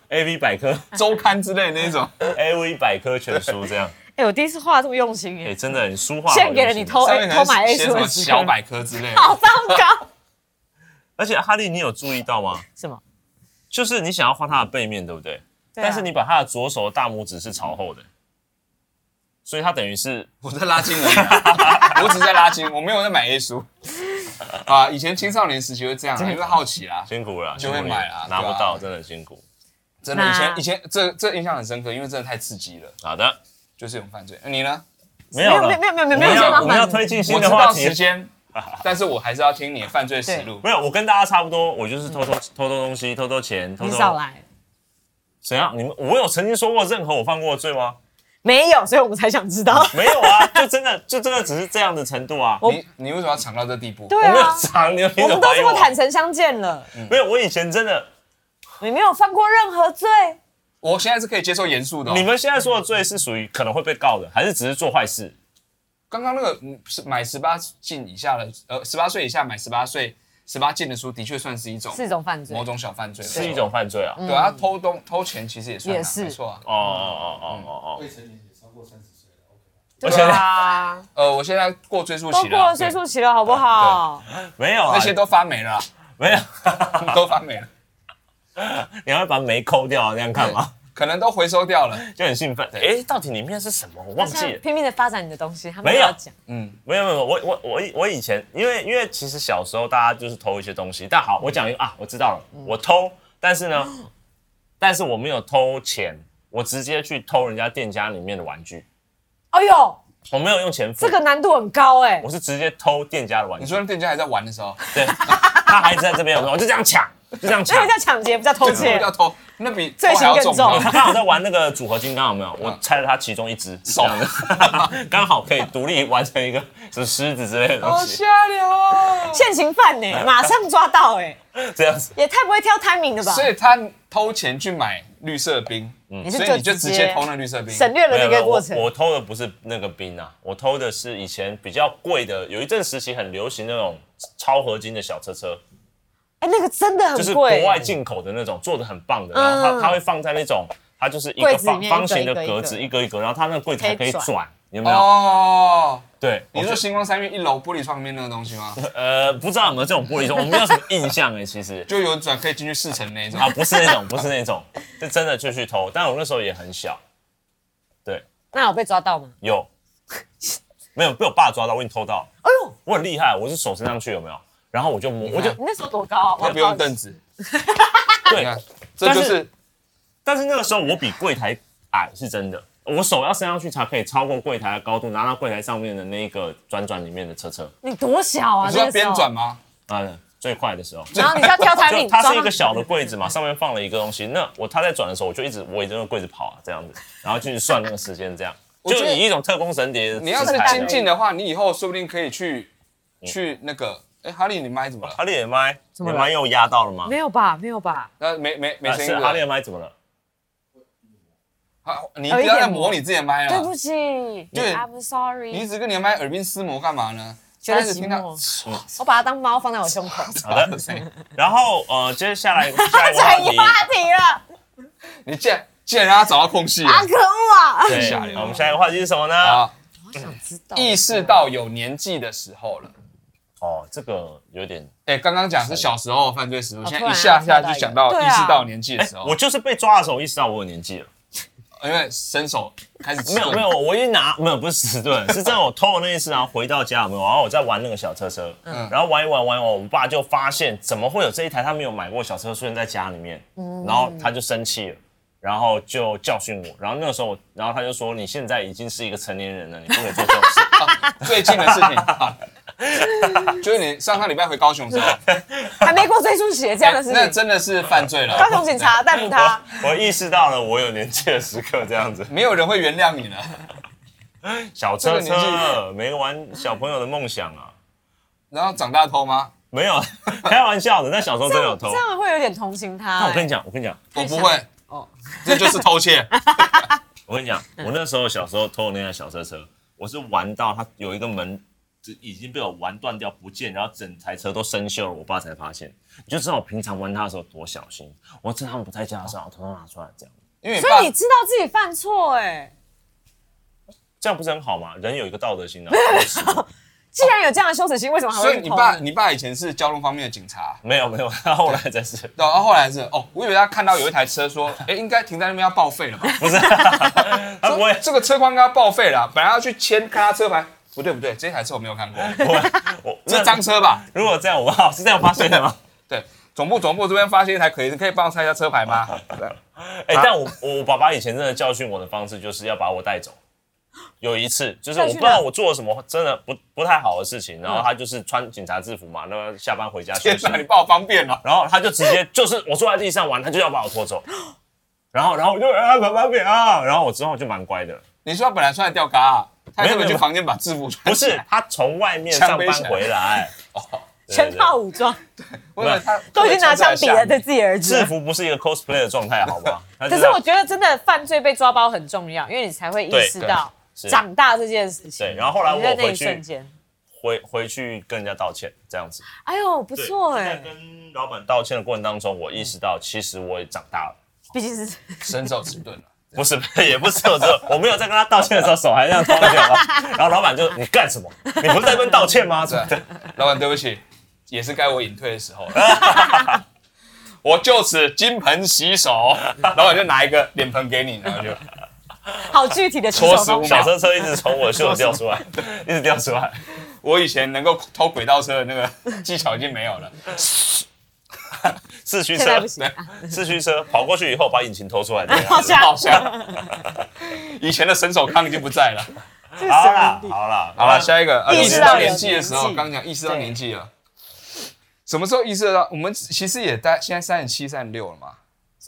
[SPEAKER 3] A V 百科
[SPEAKER 1] 周刊之类的那种，
[SPEAKER 3] A V 百科全书这样，
[SPEAKER 2] [laughs] 哎，我第一次画这么用心
[SPEAKER 3] 哎、
[SPEAKER 2] 耶，
[SPEAKER 3] 真的你书画好
[SPEAKER 2] 献给了
[SPEAKER 3] 用心
[SPEAKER 2] 你偷
[SPEAKER 1] 上面可
[SPEAKER 2] 哦哎偷买
[SPEAKER 1] 能
[SPEAKER 2] A
[SPEAKER 1] 写
[SPEAKER 2] 书
[SPEAKER 1] 什
[SPEAKER 2] 的
[SPEAKER 1] 么
[SPEAKER 2] 时刻
[SPEAKER 1] 小百科之类的。
[SPEAKER 2] [laughs] 好糟糕。
[SPEAKER 3] 而且哈利，你有注意到吗？
[SPEAKER 2] 什么？
[SPEAKER 3] 就是你想要画它的背面，对不对？
[SPEAKER 2] 对啊
[SPEAKER 3] 但是你把他的左手的大拇指是朝后的，所以他等于是
[SPEAKER 1] 我在拉筋而已啊， [laughs] 我只是在拉筋，我没有在买 A 书。 [laughs] 啊，以前青少年时期会这样啊，因为好奇啦，
[SPEAKER 3] 辛苦了，
[SPEAKER 1] 就会
[SPEAKER 3] 辛苦你
[SPEAKER 1] 买啊
[SPEAKER 3] 拿不
[SPEAKER 1] 对啊
[SPEAKER 3] 到真的很辛苦。
[SPEAKER 1] 真的，
[SPEAKER 2] 那
[SPEAKER 1] 以前以前这这印象很深刻，因为真的太刺激了，
[SPEAKER 3] 好的，
[SPEAKER 1] 就是一种犯罪。哎那你呢？
[SPEAKER 3] 没有了，
[SPEAKER 2] 没有没有没有
[SPEAKER 3] 我
[SPEAKER 2] 没有
[SPEAKER 3] 们
[SPEAKER 2] 这
[SPEAKER 3] 要
[SPEAKER 2] 么
[SPEAKER 3] 我们要
[SPEAKER 2] 慢。
[SPEAKER 3] 推进
[SPEAKER 1] 我
[SPEAKER 3] 新
[SPEAKER 1] 知
[SPEAKER 3] 的话
[SPEAKER 1] 道
[SPEAKER 3] 题
[SPEAKER 1] 时。
[SPEAKER 3] [laughs]
[SPEAKER 1] 间，但是我还是要听你的犯罪实录。
[SPEAKER 3] 没有，我跟大家差不多，我就是偷偷偷偷东西，偷偷钱，偷
[SPEAKER 2] 你
[SPEAKER 3] 偷
[SPEAKER 2] 少来，
[SPEAKER 3] 怎样？你们我有曾经说过任何我犯过的罪吗？
[SPEAKER 2] 没有，所以我们才想知道。
[SPEAKER 3] [laughs] 没有啊，就真的就真的只是这样的程度啊。
[SPEAKER 2] 我
[SPEAKER 1] 你你为什么要藏到这地步？
[SPEAKER 2] 对
[SPEAKER 3] 我没有
[SPEAKER 2] 啊，
[SPEAKER 3] 藏，你们凭
[SPEAKER 2] 我
[SPEAKER 3] 什
[SPEAKER 2] 们
[SPEAKER 3] 么
[SPEAKER 2] 都
[SPEAKER 3] 怀疑
[SPEAKER 2] 这
[SPEAKER 3] 我
[SPEAKER 2] 么？坦诚相见了，
[SPEAKER 3] 没有，我以前真的，
[SPEAKER 2] 你没有犯过任何罪。
[SPEAKER 1] 我现在是可以接受严肃的哦。
[SPEAKER 3] 你们现在说的罪是属于可能会被告的，还是只是做坏事？
[SPEAKER 1] 刚刚那个嗯是买十八禁以下的，呃，十八岁以下买十八岁十八禁的书，的确算是一种
[SPEAKER 2] 是一种犯罪
[SPEAKER 1] 某，种小犯罪，
[SPEAKER 3] 是一。种犯罪啊？
[SPEAKER 1] 对啊，偷东偷钱其实也算啊，
[SPEAKER 2] 也是
[SPEAKER 1] 没错啊。
[SPEAKER 3] 哦哦哦哦
[SPEAKER 2] 嗯
[SPEAKER 3] 哦，
[SPEAKER 6] 未成年也超过三十岁了，OK 吧
[SPEAKER 3] 而且
[SPEAKER 2] 对啊，
[SPEAKER 1] 呃，我现在过追溯
[SPEAKER 2] 都
[SPEAKER 1] 期
[SPEAKER 2] 过了
[SPEAKER 1] 了，啊
[SPEAKER 2] 岁数期了，好不好？
[SPEAKER 3] 没有啊
[SPEAKER 1] 那些都发霉了啊，啊
[SPEAKER 3] 没有， [laughs]
[SPEAKER 1] 都发霉了，
[SPEAKER 3] 你还会把眉抠掉啊？那样干嘛？
[SPEAKER 1] 可能都回收掉了。
[SPEAKER 3] 就很兴奋。哎，到底里面是什么？我忘
[SPEAKER 2] 他
[SPEAKER 3] 记
[SPEAKER 2] 现在
[SPEAKER 3] 了。
[SPEAKER 2] 拼命的发展你的东西，他
[SPEAKER 3] 没
[SPEAKER 2] 没
[SPEAKER 3] 有
[SPEAKER 2] 有讲。
[SPEAKER 3] 没有没有，我我我以我以前因为因为其实小时候大家就是偷一些东西，但好，我讲一个啊，我知道了，我偷，但是呢， [gasps] 但是我没有偷钱，我直接去偷人家店家里面的玩具，
[SPEAKER 2] 哎呦，
[SPEAKER 3] 我没有用钱付，
[SPEAKER 2] 这个难度很高哎
[SPEAKER 3] 我。是直接偷店家的玩
[SPEAKER 1] 你
[SPEAKER 3] 具，
[SPEAKER 1] 说那店家还在玩的时候，
[SPEAKER 3] 对，他还在这边，我就这样抢，就这样
[SPEAKER 2] 这 [laughs]
[SPEAKER 3] 抢
[SPEAKER 2] 个。叫抢劫，不叫偷
[SPEAKER 1] 这个
[SPEAKER 2] 窃
[SPEAKER 1] 叫。偷，那比偷
[SPEAKER 2] 罪
[SPEAKER 1] 还
[SPEAKER 2] 行
[SPEAKER 1] 要
[SPEAKER 2] 更
[SPEAKER 1] 重。
[SPEAKER 2] 重
[SPEAKER 3] 他刚好在玩那个组合金刚，有没有？我拆了他其中一只手， [laughs] 刚好可以独立完成一个什么狮子之类的东
[SPEAKER 1] 好
[SPEAKER 3] 西，
[SPEAKER 1] 下流哦！
[SPEAKER 2] 现行犯呢，马上抓到哎，
[SPEAKER 3] 这样子。
[SPEAKER 2] 也太不会挑 timing 了吧？
[SPEAKER 1] 所以他偷钱去买绿色冰，
[SPEAKER 3] 嗯
[SPEAKER 2] 你
[SPEAKER 1] 所以你就直接偷那绿色冰。
[SPEAKER 2] 省略了
[SPEAKER 3] 没
[SPEAKER 2] [laughs] 那
[SPEAKER 3] 有没
[SPEAKER 2] 个
[SPEAKER 3] 有，
[SPEAKER 2] 过
[SPEAKER 3] 我
[SPEAKER 2] 程。
[SPEAKER 3] 我偷的不是那个冰啊，我偷的是以前比较贵的，有一阵时期很流行那种超合金的小车车，
[SPEAKER 2] 哎，那个真的
[SPEAKER 3] 就是
[SPEAKER 2] 很
[SPEAKER 3] 国
[SPEAKER 2] 贵，
[SPEAKER 3] 外进口的那种，做的很棒的，然后
[SPEAKER 2] 嗯
[SPEAKER 3] 它它会放在那种，它就是一
[SPEAKER 2] 柜
[SPEAKER 3] 个
[SPEAKER 2] 子里
[SPEAKER 3] 方
[SPEAKER 2] 面
[SPEAKER 3] 方形
[SPEAKER 2] 一
[SPEAKER 3] 的
[SPEAKER 2] 个一个
[SPEAKER 3] 格子，一个一个，然后它那个柜子还可以
[SPEAKER 2] 可以
[SPEAKER 3] 转，有没有？
[SPEAKER 1] 哦，
[SPEAKER 3] 对，
[SPEAKER 1] 你
[SPEAKER 3] 我
[SPEAKER 1] 说
[SPEAKER 3] 就
[SPEAKER 1] 星光三月一楼玻璃窗里面那个东西
[SPEAKER 3] [laughs]
[SPEAKER 1] 吗？
[SPEAKER 3] 呃，不知道有没有这种玻璃窗，我没有什么印象哎，其
[SPEAKER 2] [laughs]
[SPEAKER 3] 实。
[SPEAKER 1] 就有转可以进去试乘
[SPEAKER 3] [laughs]
[SPEAKER 1] 那一种
[SPEAKER 3] 啊，。不是那种，不是那种，是真的就去偷。但我那时候也很小，
[SPEAKER 2] 那有被抓到吗？ [laughs]
[SPEAKER 3] 有没有被我爸抓到？我已经偷到了，
[SPEAKER 2] 哎呦，
[SPEAKER 3] 我很厉害，我是手伸上去有没有？然后我就摸，我就
[SPEAKER 2] 你那时候多高啊？
[SPEAKER 1] 他不用凳
[SPEAKER 2] 子，
[SPEAKER 1] 子，你
[SPEAKER 3] [laughs] 对，
[SPEAKER 1] 看，这就
[SPEAKER 3] 但
[SPEAKER 1] 是
[SPEAKER 3] 是但是那个时候我比柜台矮是真的，我手要伸上去才可以超过柜台的高度，拿到柜台上面的那个转转里面的车车，
[SPEAKER 2] 你多小啊？
[SPEAKER 1] 你说
[SPEAKER 2] 那个时
[SPEAKER 1] 边
[SPEAKER 2] 候
[SPEAKER 1] 转，吗？嗯
[SPEAKER 3] 啊，最快的时候。
[SPEAKER 2] 然后你就要挑 timing，
[SPEAKER 3] 就它是一
[SPEAKER 2] 抓到
[SPEAKER 3] 个小的柜子嘛，上面放了一个东西。那我他在转的时候，我就一直围着那个柜子跑啊，这样子，然后就是算那个时间，这样
[SPEAKER 1] 觉
[SPEAKER 3] 就
[SPEAKER 1] 得
[SPEAKER 3] 以一种特工神谍的
[SPEAKER 1] 你要
[SPEAKER 3] 姿
[SPEAKER 1] 是
[SPEAKER 3] 态
[SPEAKER 1] 精进的话，你以后说不定可以去去那个。哎，哈利，你麦怎么
[SPEAKER 3] [laughs]
[SPEAKER 1] 了？
[SPEAKER 3] 哈利的麦，你
[SPEAKER 2] 么了
[SPEAKER 3] 麦又压到了吗？
[SPEAKER 2] 没有吧？没有吧？
[SPEAKER 1] 那呃没没没
[SPEAKER 3] 啊
[SPEAKER 1] 声音
[SPEAKER 3] 是哈利
[SPEAKER 1] 了。
[SPEAKER 3] 的麦怎么了？
[SPEAKER 1] 哈你不要再磨你自己的麦
[SPEAKER 2] 对
[SPEAKER 1] 了
[SPEAKER 2] 不。起
[SPEAKER 1] 对
[SPEAKER 2] ，I'm
[SPEAKER 1] 你一
[SPEAKER 2] sorry，
[SPEAKER 1] 直跟你的麦耳鬓厮磨干嘛呢？
[SPEAKER 2] 觉得
[SPEAKER 1] 大家一直
[SPEAKER 2] 寂
[SPEAKER 1] 听 [laughs] 到
[SPEAKER 2] 寞，我把它当猫放在我胸口。
[SPEAKER 3] 好的
[SPEAKER 1] 的声音。
[SPEAKER 3] 然后呃，接下来下一个话
[SPEAKER 2] 转
[SPEAKER 3] 题
[SPEAKER 2] 移，
[SPEAKER 1] [laughs]
[SPEAKER 2] 话题了，
[SPEAKER 1] 你竟然竟然让他找到空隙了
[SPEAKER 2] 啊可恶啊！
[SPEAKER 3] 对
[SPEAKER 1] 下流，
[SPEAKER 3] 我们下一个话题是什么呢？
[SPEAKER 1] 啊！
[SPEAKER 2] 我想知道
[SPEAKER 1] 意识到有年纪的时候了。
[SPEAKER 3] 哦，这个有点，
[SPEAKER 1] 哎，刚刚讲是小时候犯罪史，我现
[SPEAKER 2] 哦突
[SPEAKER 1] 在一
[SPEAKER 2] 然
[SPEAKER 1] 下下就
[SPEAKER 2] 想到
[SPEAKER 1] 想到
[SPEAKER 2] 一个对
[SPEAKER 1] 意
[SPEAKER 2] 啊
[SPEAKER 1] 识到年纪的
[SPEAKER 3] 哎
[SPEAKER 1] 时，候
[SPEAKER 3] 我，就是被抓的时候，我意识到我有年纪了。
[SPEAKER 1] 因为伸手开始吃
[SPEAKER 3] 没有
[SPEAKER 1] 顿
[SPEAKER 3] 没有，我一拿没有不是迟钝， [laughs] 是真的我偷了那一次，然后回到家有没有？然后我在玩那个小车车，然后玩一玩玩一玩，我爸就发现怎么会有这一台他没有买过的小车车出现在家里面，然后他就生气了。然后就教训我，然后那个时候我，然后他就说你现在已经是一个成年人了，你不可以做这种事。
[SPEAKER 1] 最近的事情，啊就是你上上礼拜回高雄的时候，哎
[SPEAKER 2] 还没过追溯期这样的事
[SPEAKER 1] 那
[SPEAKER 2] 情，
[SPEAKER 1] 真的是犯罪了
[SPEAKER 2] 高，雄警察逮捕他。
[SPEAKER 3] 我我意识到了我有年纪的时刻，这样子。
[SPEAKER 1] 没有人会原谅你了。
[SPEAKER 3] 小车
[SPEAKER 1] 这个年
[SPEAKER 3] 车没玩小朋友的梦想啊，
[SPEAKER 1] 然后长大偷吗？
[SPEAKER 3] 没有， [laughs] 开玩笑的。但小时候真的有偷
[SPEAKER 2] 这。样会哎有点同情他、欸
[SPEAKER 3] 但我跟你
[SPEAKER 2] 你
[SPEAKER 3] 讲，我跟你讲，
[SPEAKER 1] 我不会，
[SPEAKER 2] 哦，
[SPEAKER 1] 这就是偷
[SPEAKER 2] [laughs]
[SPEAKER 1] 窃。
[SPEAKER 3] 我跟你讲，
[SPEAKER 2] 嗯
[SPEAKER 3] 我那时候小时候偷的那台小车车，我是玩到它有一个门就已经被我玩断掉不见，然后整台车都生锈了，我爸才发现。你就知道我平常玩它的时候多小心。我趁他们不在家的时候，我偷偷拿出来这样。
[SPEAKER 1] 因为你
[SPEAKER 2] 所
[SPEAKER 1] 爸
[SPEAKER 2] 以你知道自己犯错哎、
[SPEAKER 3] 这样不是很好吗？人有一个道德心
[SPEAKER 2] [laughs]
[SPEAKER 3] 的、啊，
[SPEAKER 2] 既然有这样的羞耻心，为什么还
[SPEAKER 1] 所
[SPEAKER 2] 会
[SPEAKER 1] 以
[SPEAKER 2] 去
[SPEAKER 1] 你
[SPEAKER 2] 偷
[SPEAKER 1] 爸，你爸以前是交通方面的警察，
[SPEAKER 3] 没有没有，他后来才是
[SPEAKER 1] 然后后来是哦，我以为他看到有一台车，说，哎，应该停在那边要报废了吧？
[SPEAKER 3] 不是？他
[SPEAKER 2] [laughs]
[SPEAKER 3] 不会
[SPEAKER 1] 说，这个车框应该要报废了，本来要去签看他车牌，不对不对，这台车我没有
[SPEAKER 3] [laughs]
[SPEAKER 1] 看过，
[SPEAKER 3] 不会。
[SPEAKER 2] [laughs]
[SPEAKER 3] 我
[SPEAKER 1] 这张车吧？
[SPEAKER 3] 如果这样，我爸是这样发现的吗？
[SPEAKER 1] 对，总部总部这边发现一台可疑，你可以帮我猜一下车牌吗？
[SPEAKER 3] 啊
[SPEAKER 1] 对啊
[SPEAKER 3] 哎、但我我我爸爸以前真的教训我的方式就是要把我带走。有一次，就是我
[SPEAKER 2] 带
[SPEAKER 3] 不
[SPEAKER 2] 去哪
[SPEAKER 3] 知道我做了什么真的不不太好的事情，然后他就是穿警察制服嘛，那么下班回家休
[SPEAKER 1] 嗯天
[SPEAKER 3] 息，
[SPEAKER 1] 哪，你爸好方便哦。
[SPEAKER 3] 然后他就直接就是我坐在地上玩，他就要把我拖走，然后然后我就啊爸爸别啊，然后我之后就蛮乖的，
[SPEAKER 1] 你说他本来穿来吊嘎啊，他
[SPEAKER 3] 没有
[SPEAKER 1] 根本
[SPEAKER 3] 没
[SPEAKER 1] 去
[SPEAKER 3] 有
[SPEAKER 1] 房间把制服穿
[SPEAKER 3] 不
[SPEAKER 1] 起
[SPEAKER 3] 是
[SPEAKER 1] 来。
[SPEAKER 3] 他从外面
[SPEAKER 1] 枪
[SPEAKER 3] 上
[SPEAKER 1] 背
[SPEAKER 3] 班
[SPEAKER 1] 起来
[SPEAKER 3] 回
[SPEAKER 1] [laughs]
[SPEAKER 3] 来，对
[SPEAKER 2] 全套武装，
[SPEAKER 1] 我以为他
[SPEAKER 2] 都已经拿枪抵了对
[SPEAKER 1] 对，
[SPEAKER 2] 自己儿子
[SPEAKER 3] 制
[SPEAKER 2] 了。
[SPEAKER 3] 服不是一个 cosplay 的状态，好不好？他
[SPEAKER 2] 可
[SPEAKER 3] 就是这样
[SPEAKER 2] 我觉得真的犯罪被抓包很重要，因为你才会意识到
[SPEAKER 3] 对对是
[SPEAKER 2] 长大这件事情。
[SPEAKER 3] 对，然后后来
[SPEAKER 2] 你
[SPEAKER 3] 我
[SPEAKER 2] 在
[SPEAKER 3] 有
[SPEAKER 2] 那
[SPEAKER 3] 回
[SPEAKER 2] 一瞬
[SPEAKER 3] 去
[SPEAKER 2] 间，
[SPEAKER 3] 回回去跟人家道歉，这样子。
[SPEAKER 2] 哎呦不
[SPEAKER 3] 对
[SPEAKER 2] 错
[SPEAKER 3] 就
[SPEAKER 1] 欸
[SPEAKER 2] 哎、
[SPEAKER 3] 在跟老板道歉的过程当中，我意识到其实我也长大了，
[SPEAKER 2] 毕竟是 [laughs]
[SPEAKER 1] 伸手迟钝了。
[SPEAKER 3] 不是， [laughs] 也不是我这，我没有在跟他道歉的时候手还这样掏着，然后老板就你干什么？你不是在跟道歉吗？
[SPEAKER 1] 对，老板对不起，也是该我隐退的时候了。
[SPEAKER 3] [laughs]
[SPEAKER 1] 我就此金盆洗手，老板就拿一个脸盆给你，然后就
[SPEAKER 2] 好具体的洗
[SPEAKER 1] 戳
[SPEAKER 2] 手
[SPEAKER 1] 死
[SPEAKER 2] 方
[SPEAKER 1] 我
[SPEAKER 2] 法
[SPEAKER 3] 小车车一直从我的袖子掉出来，一直掉出来，
[SPEAKER 1] 我以前能够偷轨道车的那个技巧已经没有了。
[SPEAKER 3] 四驱
[SPEAKER 2] 现在
[SPEAKER 3] 车
[SPEAKER 2] 不，行，
[SPEAKER 3] 四驱车跑过去以后把引擎偷出来，这样
[SPEAKER 2] [laughs] 好像
[SPEAKER 1] 好像以前的伸手康已经不在了。 [laughs]
[SPEAKER 2] 这是
[SPEAKER 3] 好
[SPEAKER 2] 什
[SPEAKER 3] 啦
[SPEAKER 2] 么？
[SPEAKER 3] 好啦
[SPEAKER 1] 好了，下一个，呃，
[SPEAKER 2] 意
[SPEAKER 1] 意
[SPEAKER 2] 识
[SPEAKER 1] 识
[SPEAKER 2] 到
[SPEAKER 1] 到
[SPEAKER 2] 有
[SPEAKER 1] 年纪的时候，
[SPEAKER 2] 年纪
[SPEAKER 1] 刚讲意识到年纪了。什么时候意识到？我们其实也待现在三十七、三十六了嘛。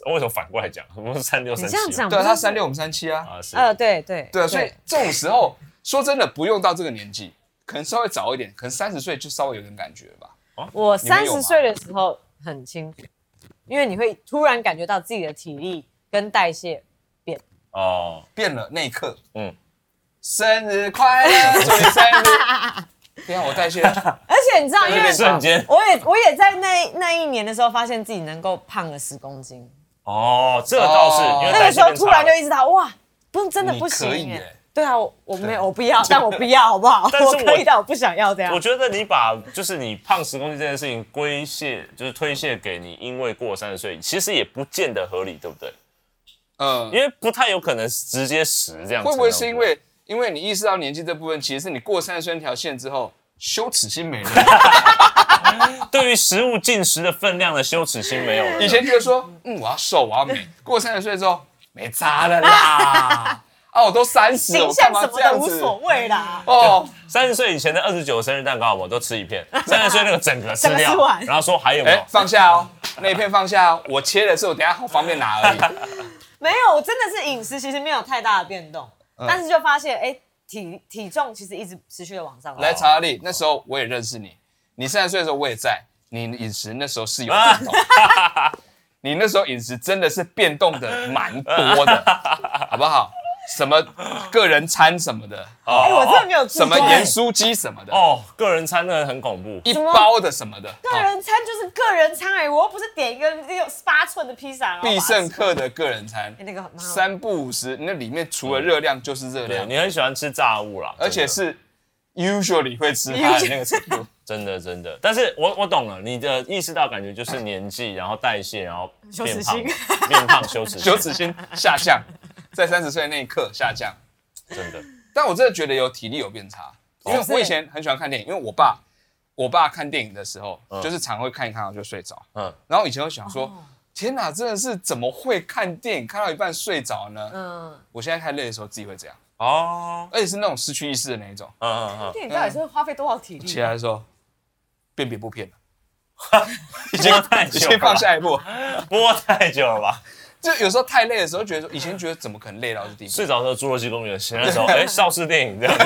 [SPEAKER 3] 为什么反过来讲？我们是三六
[SPEAKER 2] 你
[SPEAKER 3] 三
[SPEAKER 2] 这样
[SPEAKER 3] 七
[SPEAKER 2] 讲，
[SPEAKER 1] 对啊，他三六，，我们三七啊。
[SPEAKER 3] 啊，是
[SPEAKER 2] 呃，对对
[SPEAKER 1] 对啊，所以这种时候，说真的，不用到这个年纪，可能稍微早一点，可能三十岁就稍微有点感觉了吧。
[SPEAKER 2] 我
[SPEAKER 1] 你们
[SPEAKER 2] 三
[SPEAKER 1] 有吗
[SPEAKER 2] 十岁的时候很清楚，因为你会突然感觉到自己的体力跟代谢。
[SPEAKER 3] 哦，
[SPEAKER 1] 变了那一刻，嗯
[SPEAKER 3] 嗯，
[SPEAKER 1] 生日快乐，祝你生日。 [laughs] 等一下我代谢，
[SPEAKER 2] 而且你知道，因为
[SPEAKER 3] 瞬间
[SPEAKER 2] 我也我也在那那一年的时候，发现自己能够胖了十公斤。
[SPEAKER 3] 哦，这倒是，
[SPEAKER 1] 哦
[SPEAKER 2] [laughs]
[SPEAKER 3] 因为
[SPEAKER 2] 那个
[SPEAKER 3] 代谢
[SPEAKER 2] 时候
[SPEAKER 3] 变
[SPEAKER 2] 突
[SPEAKER 3] 差了
[SPEAKER 2] 然就意识到，哇，不真的不行
[SPEAKER 1] 你可以
[SPEAKER 2] 耶
[SPEAKER 1] 耶
[SPEAKER 2] 对啊，我我没有，我不要，但我不要，好不好？
[SPEAKER 3] 但是
[SPEAKER 2] 我
[SPEAKER 3] 我
[SPEAKER 2] 可以，但我不想要这样
[SPEAKER 3] 我。觉得你把就是你胖十公斤这件事情归卸，就是推卸给你，因为过三十岁，其实也不见得合理，对不对？
[SPEAKER 1] 嗯，
[SPEAKER 3] 因为不太有可能直接十这样子。啊
[SPEAKER 1] 会不会是因为因为你意识到年纪这部分，其实是你过三十岁那条线之后，羞耻心没了。 [laughs]
[SPEAKER 3] 对于食物进食的分量的羞耻心没有了？
[SPEAKER 1] 以前觉得说，嗯，我要瘦，我要美。过三十岁之后，没差了
[SPEAKER 2] [laughs]
[SPEAKER 1] 啦。啊，我都三十，
[SPEAKER 2] 形
[SPEAKER 1] 我干
[SPEAKER 2] 象
[SPEAKER 1] 嘛
[SPEAKER 2] 什
[SPEAKER 1] 这
[SPEAKER 2] 么的
[SPEAKER 1] 样
[SPEAKER 2] 无
[SPEAKER 1] 子？
[SPEAKER 2] 所
[SPEAKER 1] [laughs]
[SPEAKER 2] 谓啦。
[SPEAKER 1] 哦，
[SPEAKER 3] 三十岁以前的二十九生日蛋糕，我都吃一片，三十岁那个整个吃
[SPEAKER 2] 整个
[SPEAKER 3] 掉
[SPEAKER 2] 吃完，
[SPEAKER 3] 然后说还有没
[SPEAKER 1] 哎、
[SPEAKER 3] 有？
[SPEAKER 1] 放下哦，那一片放下哦。我切的是我等一下好方便拿而已。
[SPEAKER 2] 没有，我真的是饮食其实没有太大的变动，但是就发现，哎，体体重其实一直持续的往上。
[SPEAKER 1] 来，查拉利，那时候我也认识你，你三十岁的时候我也在，你饮食那时候是有
[SPEAKER 3] 啊
[SPEAKER 1] 变动， [laughs] 你那时候饮食真的是变动的蛮多
[SPEAKER 3] [laughs]
[SPEAKER 1] 的，好不好？什么个人餐什么的，
[SPEAKER 2] 哎，我真的没有注
[SPEAKER 1] 什
[SPEAKER 2] 重
[SPEAKER 1] 么盐酥鸡什么的，
[SPEAKER 3] 哦，个人餐真的很恐怖。
[SPEAKER 1] 一
[SPEAKER 2] 么
[SPEAKER 1] 包的什么的，
[SPEAKER 2] 个人餐就是个人餐而已，我又不是点一个六十八寸的披萨，然后把它
[SPEAKER 1] 必胜
[SPEAKER 2] 吃
[SPEAKER 1] 客的个人餐
[SPEAKER 2] 哎，那个蛮好吃
[SPEAKER 1] 三不五十，那里面除了热量就是热
[SPEAKER 3] 对
[SPEAKER 1] 量，
[SPEAKER 3] 你很喜欢吃炸物啦，
[SPEAKER 1] 啊而且
[SPEAKER 3] 真的
[SPEAKER 1] 是 usually 会吃它的那个程度。
[SPEAKER 3] 真的真的。但是我我懂了，你的意识到感觉就是年纪，然后代谢，然后变胖
[SPEAKER 2] 羞耻，
[SPEAKER 3] 变胖羞耻心，
[SPEAKER 1] 羞耻心下降，在三十岁那一刻下降。
[SPEAKER 3] 真的。
[SPEAKER 1] 但我真的觉得有体力有变差，因为
[SPEAKER 2] 哦
[SPEAKER 1] 我以前很喜欢看电影，因为我爸，我爸看电影的时候，就是常会看一看然后就睡着。
[SPEAKER 3] 嗯
[SPEAKER 1] 然后以前会想说，天哪，真的是怎么会看电影看到一半睡着呢？
[SPEAKER 2] 嗯，
[SPEAKER 1] 我现在太累的时候自己会这样，
[SPEAKER 3] 哦，
[SPEAKER 1] 而且是那种失去意识的那一种。
[SPEAKER 3] 嗯嗯嗯，
[SPEAKER 2] 电影到底是会花费多少体力
[SPEAKER 1] 起来的时候，辨别不骗了，
[SPEAKER 3] 已经太久
[SPEAKER 1] 先
[SPEAKER 3] 了吧
[SPEAKER 1] 放，下一步。
[SPEAKER 3] 播太久了吧？
[SPEAKER 1] 就有时候太累的时候，觉得说以前觉得怎么可能累到这地步？
[SPEAKER 3] 睡着的时候侏罗纪公园，醒来的 [laughs] 时候，哎，邵氏电影这样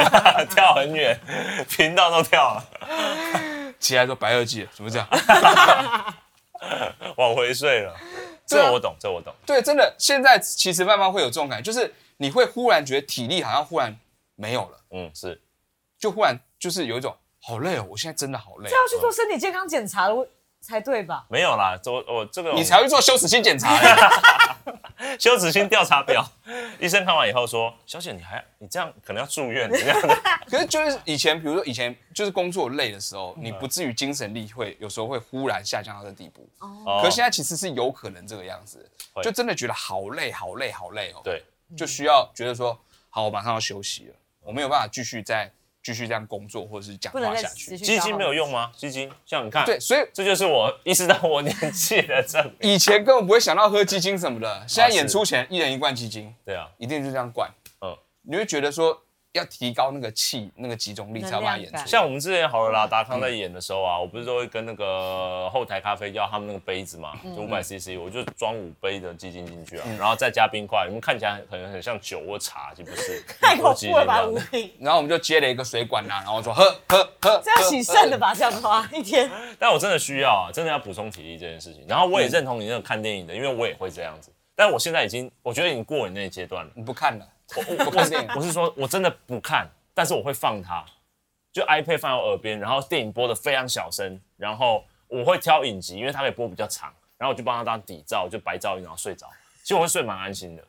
[SPEAKER 3] 跳很远，频道都跳了。
[SPEAKER 1] 起来说白垩纪了，怎么这样？
[SPEAKER 3] 往回睡
[SPEAKER 1] [laughs]
[SPEAKER 3] 了。
[SPEAKER 1] 对啊
[SPEAKER 3] 这我懂，这我懂。
[SPEAKER 1] 对，真的，现在其实慢慢会有这种感觉，就是你会忽然觉得体力好像忽然没有了，
[SPEAKER 3] 嗯，是
[SPEAKER 1] 就忽然就是有一种好累哦，我现在真的好累
[SPEAKER 2] 这。要去做身体健康检查了才对吧？
[SPEAKER 3] 没有啦，这我我这个
[SPEAKER 1] 你才会做羞耻心检查耶，
[SPEAKER 3] [laughs] 羞耻心调查表， [laughs] 医生看完以后说：“小姐，你还你这样可能要住院，你这
[SPEAKER 1] [laughs]
[SPEAKER 3] 样子
[SPEAKER 1] 可是就是以前，比如说以前就是工作累的时候，
[SPEAKER 3] 嗯
[SPEAKER 1] 你不至于精神力会有时候会忽然下降到这地步。
[SPEAKER 3] 哦
[SPEAKER 1] 可是现在其实是有可能这个样子，
[SPEAKER 3] 会
[SPEAKER 1] 就真的觉得好累好累好累哦。，
[SPEAKER 3] 对，
[SPEAKER 1] 就需要觉得说，好，我马上要休息了，我没有办法继续再继续这样工作或者是讲
[SPEAKER 2] 不能
[SPEAKER 1] 话
[SPEAKER 2] 再
[SPEAKER 1] 下去。
[SPEAKER 2] 持续消
[SPEAKER 3] 基
[SPEAKER 2] 耗
[SPEAKER 3] 金没有用吗？基金，像你看，
[SPEAKER 1] 对，，所以
[SPEAKER 3] 这就是我意识到我年纪的证明。
[SPEAKER 1] 以前根本不会想到喝鸡精什么的，现
[SPEAKER 3] 啊
[SPEAKER 1] 在演出前一人一罐鸡精，
[SPEAKER 3] 对啊，
[SPEAKER 1] 一定就这样灌。嗯
[SPEAKER 3] 嗯，
[SPEAKER 1] 你会觉得说要提高那个气、那个集中力才有办法演
[SPEAKER 2] 能量
[SPEAKER 1] 出。
[SPEAKER 2] 感
[SPEAKER 3] 像我们之前好了啦，达康在演的时候啊，我不是都会跟那个后台咖啡要他们那个杯子嘛，就五百 CC，我就装五杯的鸡精进去啊，然后再加冰块。你们看起来可能很像酒或茶，其实不是，
[SPEAKER 2] 太
[SPEAKER 3] 多
[SPEAKER 2] 恐
[SPEAKER 3] 鸡
[SPEAKER 2] 怖
[SPEAKER 3] 精这
[SPEAKER 2] 了吧，
[SPEAKER 3] 样
[SPEAKER 2] 无
[SPEAKER 3] 子
[SPEAKER 2] 比。
[SPEAKER 1] 然后我们就接了一个水管呐、然后说喝喝
[SPEAKER 2] [laughs]
[SPEAKER 1] 喝，
[SPEAKER 2] 这要
[SPEAKER 1] 喝
[SPEAKER 2] 洗肾的？吧？这样的话，一天
[SPEAKER 3] 但我真的需要啊，真的要补充体力这件事情。然后我也认同你那种看电影的，因为我也会这样子。但我现在已经，我觉得已经过你那个阶段了。
[SPEAKER 1] 你不看了？
[SPEAKER 3] 我
[SPEAKER 1] 不看电影
[SPEAKER 3] 我是说，我真的不看，但是我会放它，就 iPad 放在我耳边，然后电影播的非常小声，然后我会挑影集，因为它可以播比较长，然后我就帮它当底噪，就白噪音，然后睡着。其实我会睡蛮安心的。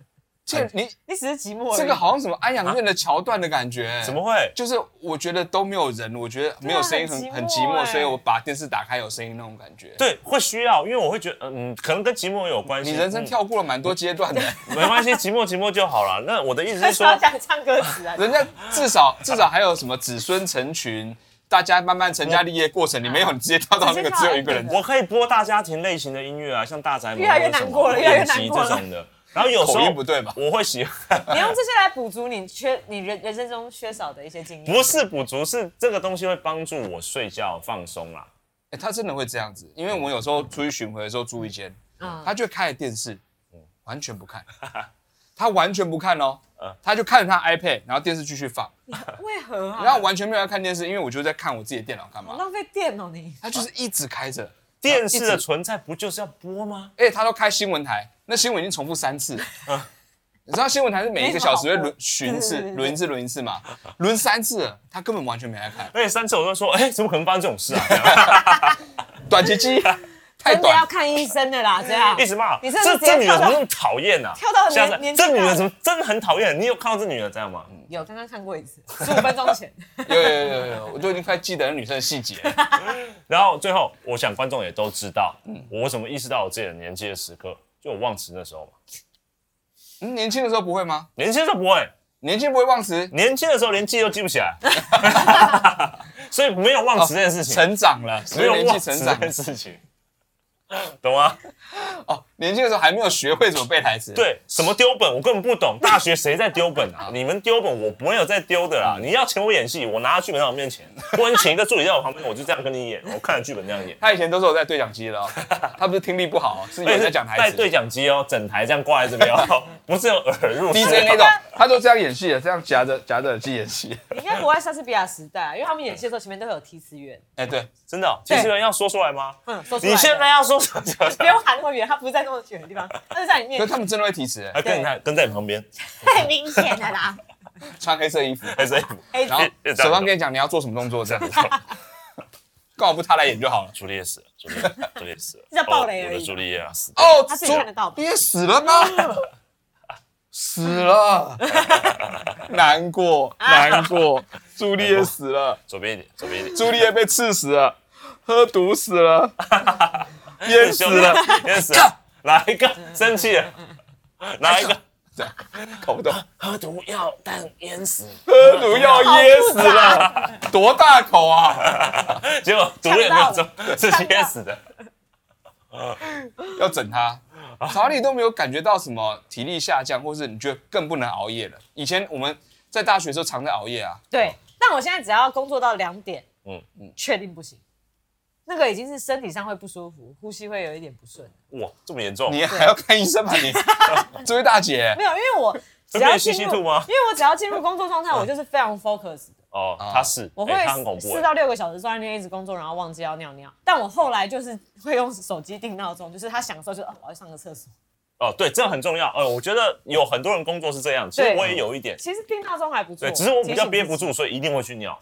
[SPEAKER 1] 这你
[SPEAKER 2] 你只是寂寞而已。
[SPEAKER 1] 这个好像什么安养院的桥段的感觉？
[SPEAKER 3] 怎么？会？
[SPEAKER 1] 就是我觉得都没有人，我觉得没有声音很、
[SPEAKER 2] 很寂寞
[SPEAKER 1] 很寂寞，
[SPEAKER 2] 欸
[SPEAKER 1] 所以我把电视打开有声音那种感觉。
[SPEAKER 3] 对，会需要，因为我会觉得，嗯，可能跟寂寞有关系。
[SPEAKER 1] 你人生
[SPEAKER 3] 嗯、
[SPEAKER 1] 跳过了蛮多阶段的，
[SPEAKER 3] 没关系，寂寞寂寞就好了。那我的意思是
[SPEAKER 2] 很
[SPEAKER 3] 说，
[SPEAKER 2] 少想唱歌词啊。
[SPEAKER 1] 人家至少 [laughs] 至少还有什么子孙成群，大家慢慢成家立业过程，你没有，你直接跳到那个只有一个人。
[SPEAKER 3] 我可以播大家庭类型的音乐啊，像大宅门
[SPEAKER 2] 越来越难过了
[SPEAKER 3] 或者
[SPEAKER 2] 越来越
[SPEAKER 3] 什么
[SPEAKER 2] 难过了
[SPEAKER 3] 影集这种的。然后有时
[SPEAKER 1] 口
[SPEAKER 3] 候
[SPEAKER 1] 音不对吧
[SPEAKER 3] 我会喜欢，
[SPEAKER 2] 你用这些来补足你缺你人人生中缺少的一些经验。
[SPEAKER 3] 不是补足，是这个东西会帮助我睡觉放松啦。
[SPEAKER 1] 欸他真的会这样子，因为我有时候出去巡回的时候住一间，
[SPEAKER 2] 嗯
[SPEAKER 1] 他就开了电视，完全不看，他完全不看哦，他就看着他 iPad，然后电视继续放，
[SPEAKER 2] 为何啊？
[SPEAKER 1] 然后完全没有在看电视，因为我就在看我自己的电脑干
[SPEAKER 2] 好
[SPEAKER 1] 嘛，
[SPEAKER 2] 浪费电哦，你
[SPEAKER 1] 他就是一直开着，
[SPEAKER 3] 电视的存在不就是要播吗？
[SPEAKER 1] 而且他都开新闻台，那新闻已经重复三次了。你知道新闻台是每一个小时会轮巡一次
[SPEAKER 2] 对对对对，
[SPEAKER 1] 轮一次，轮一次嘛，轮三次了，他根本完全没在看。
[SPEAKER 3] 而且三次我都说，哎、怎么可能发生这种事啊？这
[SPEAKER 2] [laughs]
[SPEAKER 3] 样
[SPEAKER 1] 短期记忆太
[SPEAKER 2] 真的要
[SPEAKER 1] 短，嗯
[SPEAKER 2] 看医生的啦，这样
[SPEAKER 3] 一直骂，
[SPEAKER 2] 你
[SPEAKER 3] 这
[SPEAKER 2] 是不是直接
[SPEAKER 3] 这女
[SPEAKER 2] 跳
[SPEAKER 3] 的怎么
[SPEAKER 2] 到
[SPEAKER 3] 那么讨厌啊？
[SPEAKER 2] 跳到
[SPEAKER 3] 下次
[SPEAKER 2] 年年纪大嗯
[SPEAKER 3] 这女的怎么真的很讨厌？你有看到这女的这样吗？
[SPEAKER 2] 有刚刚看过一次，十五分钟前。
[SPEAKER 1] 有有有有有，我都已经快记得那女生的细节了。
[SPEAKER 2] [laughs]
[SPEAKER 3] 然后最后，我想观众也都知道，
[SPEAKER 2] 嗯
[SPEAKER 3] 我怎么意识到我自己的年纪的时刻，就我忘词那时候嘛。
[SPEAKER 1] 嗯年轻的时候不会吗？
[SPEAKER 3] 年轻的时候不会，
[SPEAKER 1] 年轻不会忘词，
[SPEAKER 3] 年轻的时候连记都记不
[SPEAKER 2] [laughs]
[SPEAKER 3] 起来，所以没有忘词这件事情，
[SPEAKER 1] 哦成长了，所
[SPEAKER 3] 没
[SPEAKER 1] 以
[SPEAKER 3] 有
[SPEAKER 1] 年
[SPEAKER 3] 忘
[SPEAKER 1] 纪
[SPEAKER 3] 词
[SPEAKER 1] 成
[SPEAKER 3] 这
[SPEAKER 1] 长
[SPEAKER 3] 件事情，懂吗？
[SPEAKER 1] 哦。年轻的时候还没有学会怎么背台词，，
[SPEAKER 3] 对，什么丢本我根本不懂，大学谁在丢
[SPEAKER 2] [laughs]
[SPEAKER 3] 本啊？你们丢本，我没有在丢的
[SPEAKER 2] 嗯
[SPEAKER 3] 啦。你要请我演戏，我拿到剧本在我
[SPEAKER 2] [laughs]
[SPEAKER 3] 面前，或者你请一个助理在我旁边，我就这样跟你演，我看着剧本这样演。
[SPEAKER 1] 他以前都是我在对讲机的哦，他不是听力不好哦，是有
[SPEAKER 2] 哎
[SPEAKER 1] 人在讲台
[SPEAKER 3] 带
[SPEAKER 1] 词
[SPEAKER 3] 对讲机哦，整台这样挂在这边哦，不是有耳入式
[SPEAKER 1] ，DJ 那
[SPEAKER 3] 哦
[SPEAKER 1] 种，他都这样演戏的，这样夹着夹着耳机演戏。
[SPEAKER 2] 应该国外莎士比亚时代啊，因为他们演戏的时候前面都会有提词员。
[SPEAKER 1] 哎，对，
[SPEAKER 3] [laughs] 真的哦，其实有人要说出来吗？
[SPEAKER 2] 嗯，说出来
[SPEAKER 3] 你
[SPEAKER 2] 的
[SPEAKER 3] 现在要说什么？
[SPEAKER 2] 不用喊那么远，他不是在那么远的地方，他是在你
[SPEAKER 1] 啊
[SPEAKER 2] 面
[SPEAKER 1] 可是
[SPEAKER 2] 前，
[SPEAKER 1] 他们真的会提词，哎
[SPEAKER 3] 啊还跟你看，跟在你旁边，
[SPEAKER 2] 太明显了啦。
[SPEAKER 1] 穿黑色衣服，
[SPEAKER 3] 还是
[SPEAKER 2] 哎， [laughs]
[SPEAKER 1] 然后
[SPEAKER 3] 这样
[SPEAKER 1] 手上跟你讲你要做什么动作，这样，干嘛不他来演就好了？
[SPEAKER 3] 朱丽叶死了，朱丽叶，朱丽叶
[SPEAKER 2] [laughs]
[SPEAKER 3] 死了，
[SPEAKER 2] 这叫暴雷
[SPEAKER 3] 哦
[SPEAKER 2] 而已
[SPEAKER 3] 我的朱丽叶啊，死了。
[SPEAKER 1] 哦，
[SPEAKER 2] 他自己看得到吧
[SPEAKER 1] 你也死了吗？死了，难过，难过，朱丽叶死了。
[SPEAKER 3] 左边一点，左边一点，
[SPEAKER 2] [laughs]
[SPEAKER 1] 朱丽叶被刺死了，喝毒死 [laughs] 了，淹死
[SPEAKER 3] [laughs]
[SPEAKER 1] 了，，
[SPEAKER 3] 淹死了，哪一个生气
[SPEAKER 2] [laughs]
[SPEAKER 3] 了？
[SPEAKER 2] 哎
[SPEAKER 3] 哪一个
[SPEAKER 1] 这样搞不懂，
[SPEAKER 3] 喝毒药但淹死？
[SPEAKER 1] 喝毒药噎死了， [laughs] 多大口啊！
[SPEAKER 3] [laughs] 结果毒也没有中，是淹死的。
[SPEAKER 1] 要整他，查理都没有感觉到什么体力下降，或是你觉得更不能熬夜了。以前我们在大学的时候常在熬夜啊，
[SPEAKER 2] 对，但我现在只要工作到两点，嗯
[SPEAKER 3] 嗯
[SPEAKER 2] 嗯，确定不行，那个已经是身体上会不舒服，呼吸会有一点不顺。
[SPEAKER 3] 哇，这么严重？
[SPEAKER 1] 你还要看医生吗？你这位大姐
[SPEAKER 2] 没有，因为我只
[SPEAKER 3] [laughs] 会
[SPEAKER 2] 要
[SPEAKER 3] 变
[SPEAKER 2] 进
[SPEAKER 3] 西
[SPEAKER 2] 入，
[SPEAKER 3] 西兔吗
[SPEAKER 2] 因为我只要进入工作状态，我就是非常 focus 的。
[SPEAKER 3] 哦，他是，
[SPEAKER 2] 我会
[SPEAKER 3] 哎他很恐怖
[SPEAKER 2] 四
[SPEAKER 3] 哎。
[SPEAKER 2] 到六个小时坐在那边一直工作，然后忘记要尿尿。但我后来就是会用手机定闹钟，就是他想的时候就哦，我要去上个厕所。
[SPEAKER 3] 哦，对，这很重要。呃，我觉得有很多人工作是这样，其实
[SPEAKER 2] 对
[SPEAKER 3] 我也有一点，
[SPEAKER 2] 其实定闹钟还不错，
[SPEAKER 3] 对，只是我比较憋不
[SPEAKER 2] 提醒自己，
[SPEAKER 3] 住，所以一定会去尿。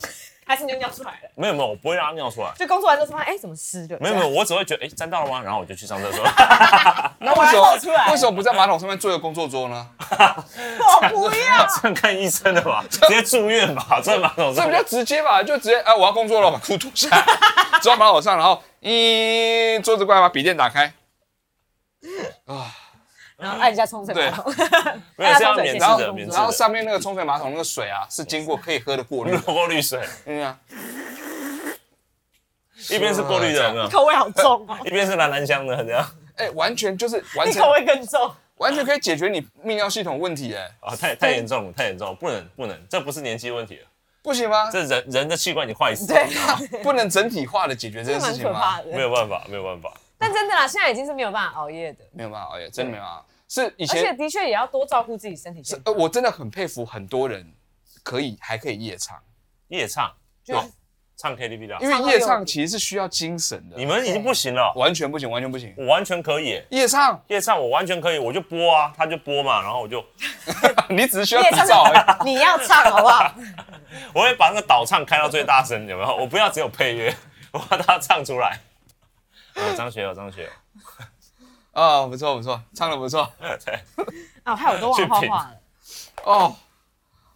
[SPEAKER 2] 还是你就尿出来了。
[SPEAKER 3] 没有没有，我不会让它尿出来。
[SPEAKER 2] 就工作完之后发现，哎，怎么湿的？
[SPEAKER 3] 没有没
[SPEAKER 2] 这
[SPEAKER 3] 有，
[SPEAKER 2] 样，
[SPEAKER 3] 我只会觉得哎沾到了吗？然后我就去上厕所。 [laughs]
[SPEAKER 1] 那为什么
[SPEAKER 2] 我还露出来
[SPEAKER 1] 为什么不在马桶上面做一个工作桌 [laughs] 呢？
[SPEAKER 2] 我不
[SPEAKER 3] [laughs]
[SPEAKER 2] 要。
[SPEAKER 3] 这看医生的吧，直接住院吧，这马桶
[SPEAKER 1] 这
[SPEAKER 3] 上
[SPEAKER 1] 比较直接吧，就直接哎、我要工作了，把裤脱下来，坐在马桶上，然后咦，桌子过来把笔电打开，
[SPEAKER 2] 然后按一下冲水马桶，
[SPEAKER 3] 没有是要
[SPEAKER 2] 大家都
[SPEAKER 3] 免治
[SPEAKER 2] 哎这样
[SPEAKER 3] 的，免治
[SPEAKER 1] 然后
[SPEAKER 3] 的。
[SPEAKER 1] 上面那个冲水马桶那个水啊，是经过可以喝的过滤
[SPEAKER 2] 嗯
[SPEAKER 3] 过，过滤水，
[SPEAKER 1] 嗯啊，
[SPEAKER 3] 一边是过滤的，有没
[SPEAKER 2] [laughs]
[SPEAKER 3] 有？
[SPEAKER 2] 口味好重哦，
[SPEAKER 3] 一边是蓝蓝香的，这样
[SPEAKER 1] 哎、完全就是完
[SPEAKER 2] 你
[SPEAKER 1] 全
[SPEAKER 2] [laughs] 口味更重。
[SPEAKER 1] 完全可以解决你泌尿系统问题哎、
[SPEAKER 3] 啊，太太严重了，太严重了，不能不能，这不是年纪问题了，
[SPEAKER 1] 不行吗？
[SPEAKER 3] 这人人的器官已经坏死了，
[SPEAKER 2] 对，
[SPEAKER 1] 不能整体化的解决这件
[SPEAKER 2] [laughs] 蛮
[SPEAKER 1] 事情
[SPEAKER 2] [laughs] 可
[SPEAKER 1] 吗
[SPEAKER 2] 怕？的。
[SPEAKER 3] 没有办法，没有办法。
[SPEAKER 2] 但真的啦，现在已经是没有办法熬夜的，
[SPEAKER 1] 没有办法熬夜，真的没办法。是以
[SPEAKER 2] 而且
[SPEAKER 1] 前，
[SPEAKER 2] 的确也要多照顾自己身体
[SPEAKER 1] 是
[SPEAKER 2] 健
[SPEAKER 1] 呃，我真的很佩服很多人可以还可以夜唱，
[SPEAKER 3] 夜唱，
[SPEAKER 2] 康。
[SPEAKER 3] 唱 KTV 的啊，
[SPEAKER 1] 因为夜唱其实是需要精神的
[SPEAKER 3] 你。们已经不行了，
[SPEAKER 1] 完全不行，完全不行。
[SPEAKER 3] 我完全可以耶，
[SPEAKER 1] 夜唱， [laughs]
[SPEAKER 3] 夜唱我完全可以，我就播啊，他就播嘛，然后我就
[SPEAKER 1] 你只是需要
[SPEAKER 2] 夜
[SPEAKER 1] 制造而已。
[SPEAKER 2] 唱 [laughs] 你要唱好不好？
[SPEAKER 3] 我会把那个导唱开到最大声，有没有？我不要只有配乐，我把它唱出来。哦，张学友，张学友，
[SPEAKER 1] 哦，不错不错，唱的不错。
[SPEAKER 3] 对，
[SPEAKER 2] [laughs] 啊，害我都忘了画画了。
[SPEAKER 1] 哦，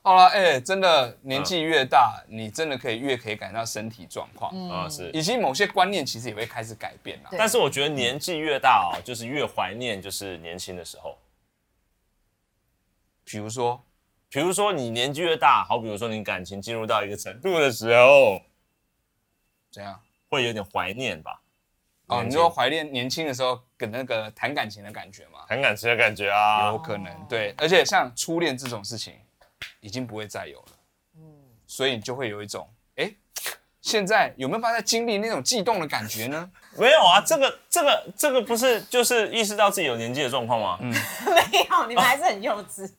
[SPEAKER 1] 好了，哎、真的年纪越大，你真的可以越可以感觉到身体状况，
[SPEAKER 3] 啊、是。
[SPEAKER 1] 以及某些观念其实也会开始改变啦。
[SPEAKER 2] 对
[SPEAKER 3] 但是我觉得年纪越大哦，就是越怀念就是年轻的时候。
[SPEAKER 1] 比如说，
[SPEAKER 3] 比如说你年纪越大，好比如说你感情进入到一个程度的时候，
[SPEAKER 1] 怎样？
[SPEAKER 3] 会有点怀念吧，
[SPEAKER 1] 哦，
[SPEAKER 3] 年轻
[SPEAKER 1] 你说怀念年轻的时候跟那个谈感情的感觉嘛？
[SPEAKER 3] 很感情的感觉啊。
[SPEAKER 1] 有可能，对。而且像初恋这种事情，已经不会再有了，所以你就会有一种，哎、现在有没有办法再经历那种悸动的感觉呢？
[SPEAKER 3] 没有啊，这个这个这个不是就是意识到自己有年纪的状况吗？
[SPEAKER 2] [laughs]
[SPEAKER 7] 嗯
[SPEAKER 2] 没有，你们还是很幼稚，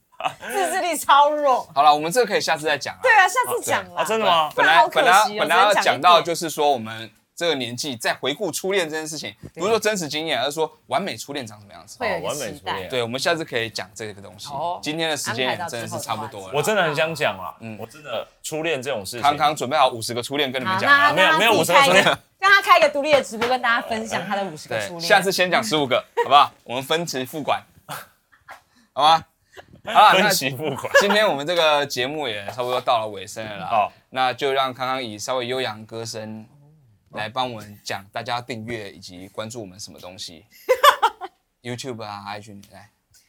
[SPEAKER 2] 自制力超弱。
[SPEAKER 1] 好了，我们这个可以下次再讲啦。
[SPEAKER 2] 对啊，下次讲
[SPEAKER 3] 啊，
[SPEAKER 2] 啦。
[SPEAKER 3] 真的吗？
[SPEAKER 1] 本
[SPEAKER 2] 那
[SPEAKER 1] 来
[SPEAKER 2] 好可
[SPEAKER 1] 本来
[SPEAKER 2] 惜哦
[SPEAKER 1] 本来要
[SPEAKER 2] 只能讲
[SPEAKER 1] 讲
[SPEAKER 2] 一
[SPEAKER 1] 到
[SPEAKER 2] 点
[SPEAKER 1] 就是说我们这个年纪在回顾初恋这件事情，不是说真实经验，而是说完美初恋长什么样子。
[SPEAKER 2] 会有一
[SPEAKER 3] 哦
[SPEAKER 2] 个
[SPEAKER 3] 完美
[SPEAKER 2] 期
[SPEAKER 3] 主义
[SPEAKER 2] 待
[SPEAKER 3] 啊。
[SPEAKER 1] 对，我们下次可以讲这个东西
[SPEAKER 2] 好哦。
[SPEAKER 1] 今天的时间也真的是差不多
[SPEAKER 2] 安排到之后的话
[SPEAKER 1] 了。
[SPEAKER 3] 我真的很想讲啦，
[SPEAKER 7] 嗯
[SPEAKER 3] 我真的初恋这种事情，
[SPEAKER 1] 康康准备好五十个初恋跟你们
[SPEAKER 2] 好，
[SPEAKER 1] 讲
[SPEAKER 2] 那
[SPEAKER 1] 啊。
[SPEAKER 3] 没有
[SPEAKER 2] 那
[SPEAKER 3] 没有
[SPEAKER 2] 自己
[SPEAKER 3] 五十个
[SPEAKER 2] 开一
[SPEAKER 3] 初恋
[SPEAKER 2] 让他开一个独立的直播，跟大家分享他的五十个初
[SPEAKER 1] 对，
[SPEAKER 2] 恋。
[SPEAKER 1] 下次先讲十五个，好不好？我们分期付款，好
[SPEAKER 2] [laughs]
[SPEAKER 1] 吗？好了，那
[SPEAKER 3] 分期付款。
[SPEAKER 1] [laughs] 今天我们这个节目也差不多到了尾声了啦。
[SPEAKER 3] 好，
[SPEAKER 1] 那就让康康以稍微悠扬歌声来帮我们讲大家订阅以及关注我们什么东西，YouTube 啊，IG 来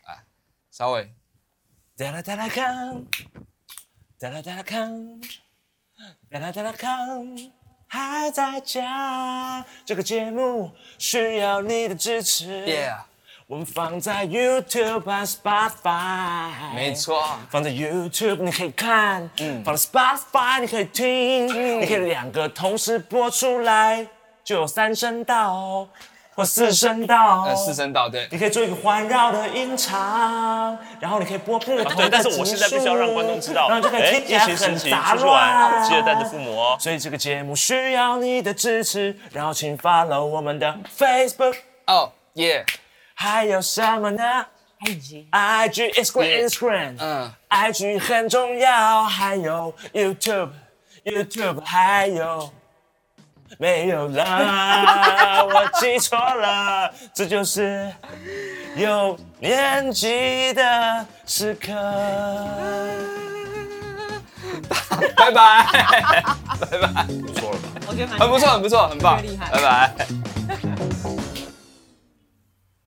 [SPEAKER 1] 啊，稍微
[SPEAKER 3] 哒啦哒啦康，哒啦哒啦康，哒啦哒啦康，还在家。这个节目需要你的支持。
[SPEAKER 1] ，Yeah，
[SPEAKER 3] 我们放在 YouTube 啊和 Spotify。
[SPEAKER 1] 没。错，
[SPEAKER 3] 放在 YouTube 你可以看，放在 Spotify 你可以听，你可以两个同时播出来，就有三声道或四声道。
[SPEAKER 1] 呃，四声道对，
[SPEAKER 3] 你可以做一个环绕的音场，然后你可以播不同的、
[SPEAKER 7] 啊对，但是我现在必须要让观众知道，
[SPEAKER 3] 然后就可以
[SPEAKER 7] 哎
[SPEAKER 3] 听，起
[SPEAKER 7] 疫
[SPEAKER 3] 来
[SPEAKER 7] 情
[SPEAKER 3] 很
[SPEAKER 7] 升级，
[SPEAKER 3] 杂
[SPEAKER 7] 出去
[SPEAKER 3] 乱。
[SPEAKER 7] 玩记得带着父母哦。
[SPEAKER 3] 所以这个节目需要你的支持，然后请 follow 我们的 Facebook，
[SPEAKER 1] 哦，Yeah，
[SPEAKER 3] 还有什么呢
[SPEAKER 2] 哎已
[SPEAKER 3] ？IG、Instagram、Instagram，
[SPEAKER 1] 嗯
[SPEAKER 3] 嗯，IG 很重要，还有 YouTube、YouTube，还有。没有啦，我记错了，这就是有年纪的时刻。
[SPEAKER 1] 拜拜，
[SPEAKER 2] 我觉得蛮
[SPEAKER 1] 很不错，很不错，很棒，
[SPEAKER 2] 厉害
[SPEAKER 1] 拜拜。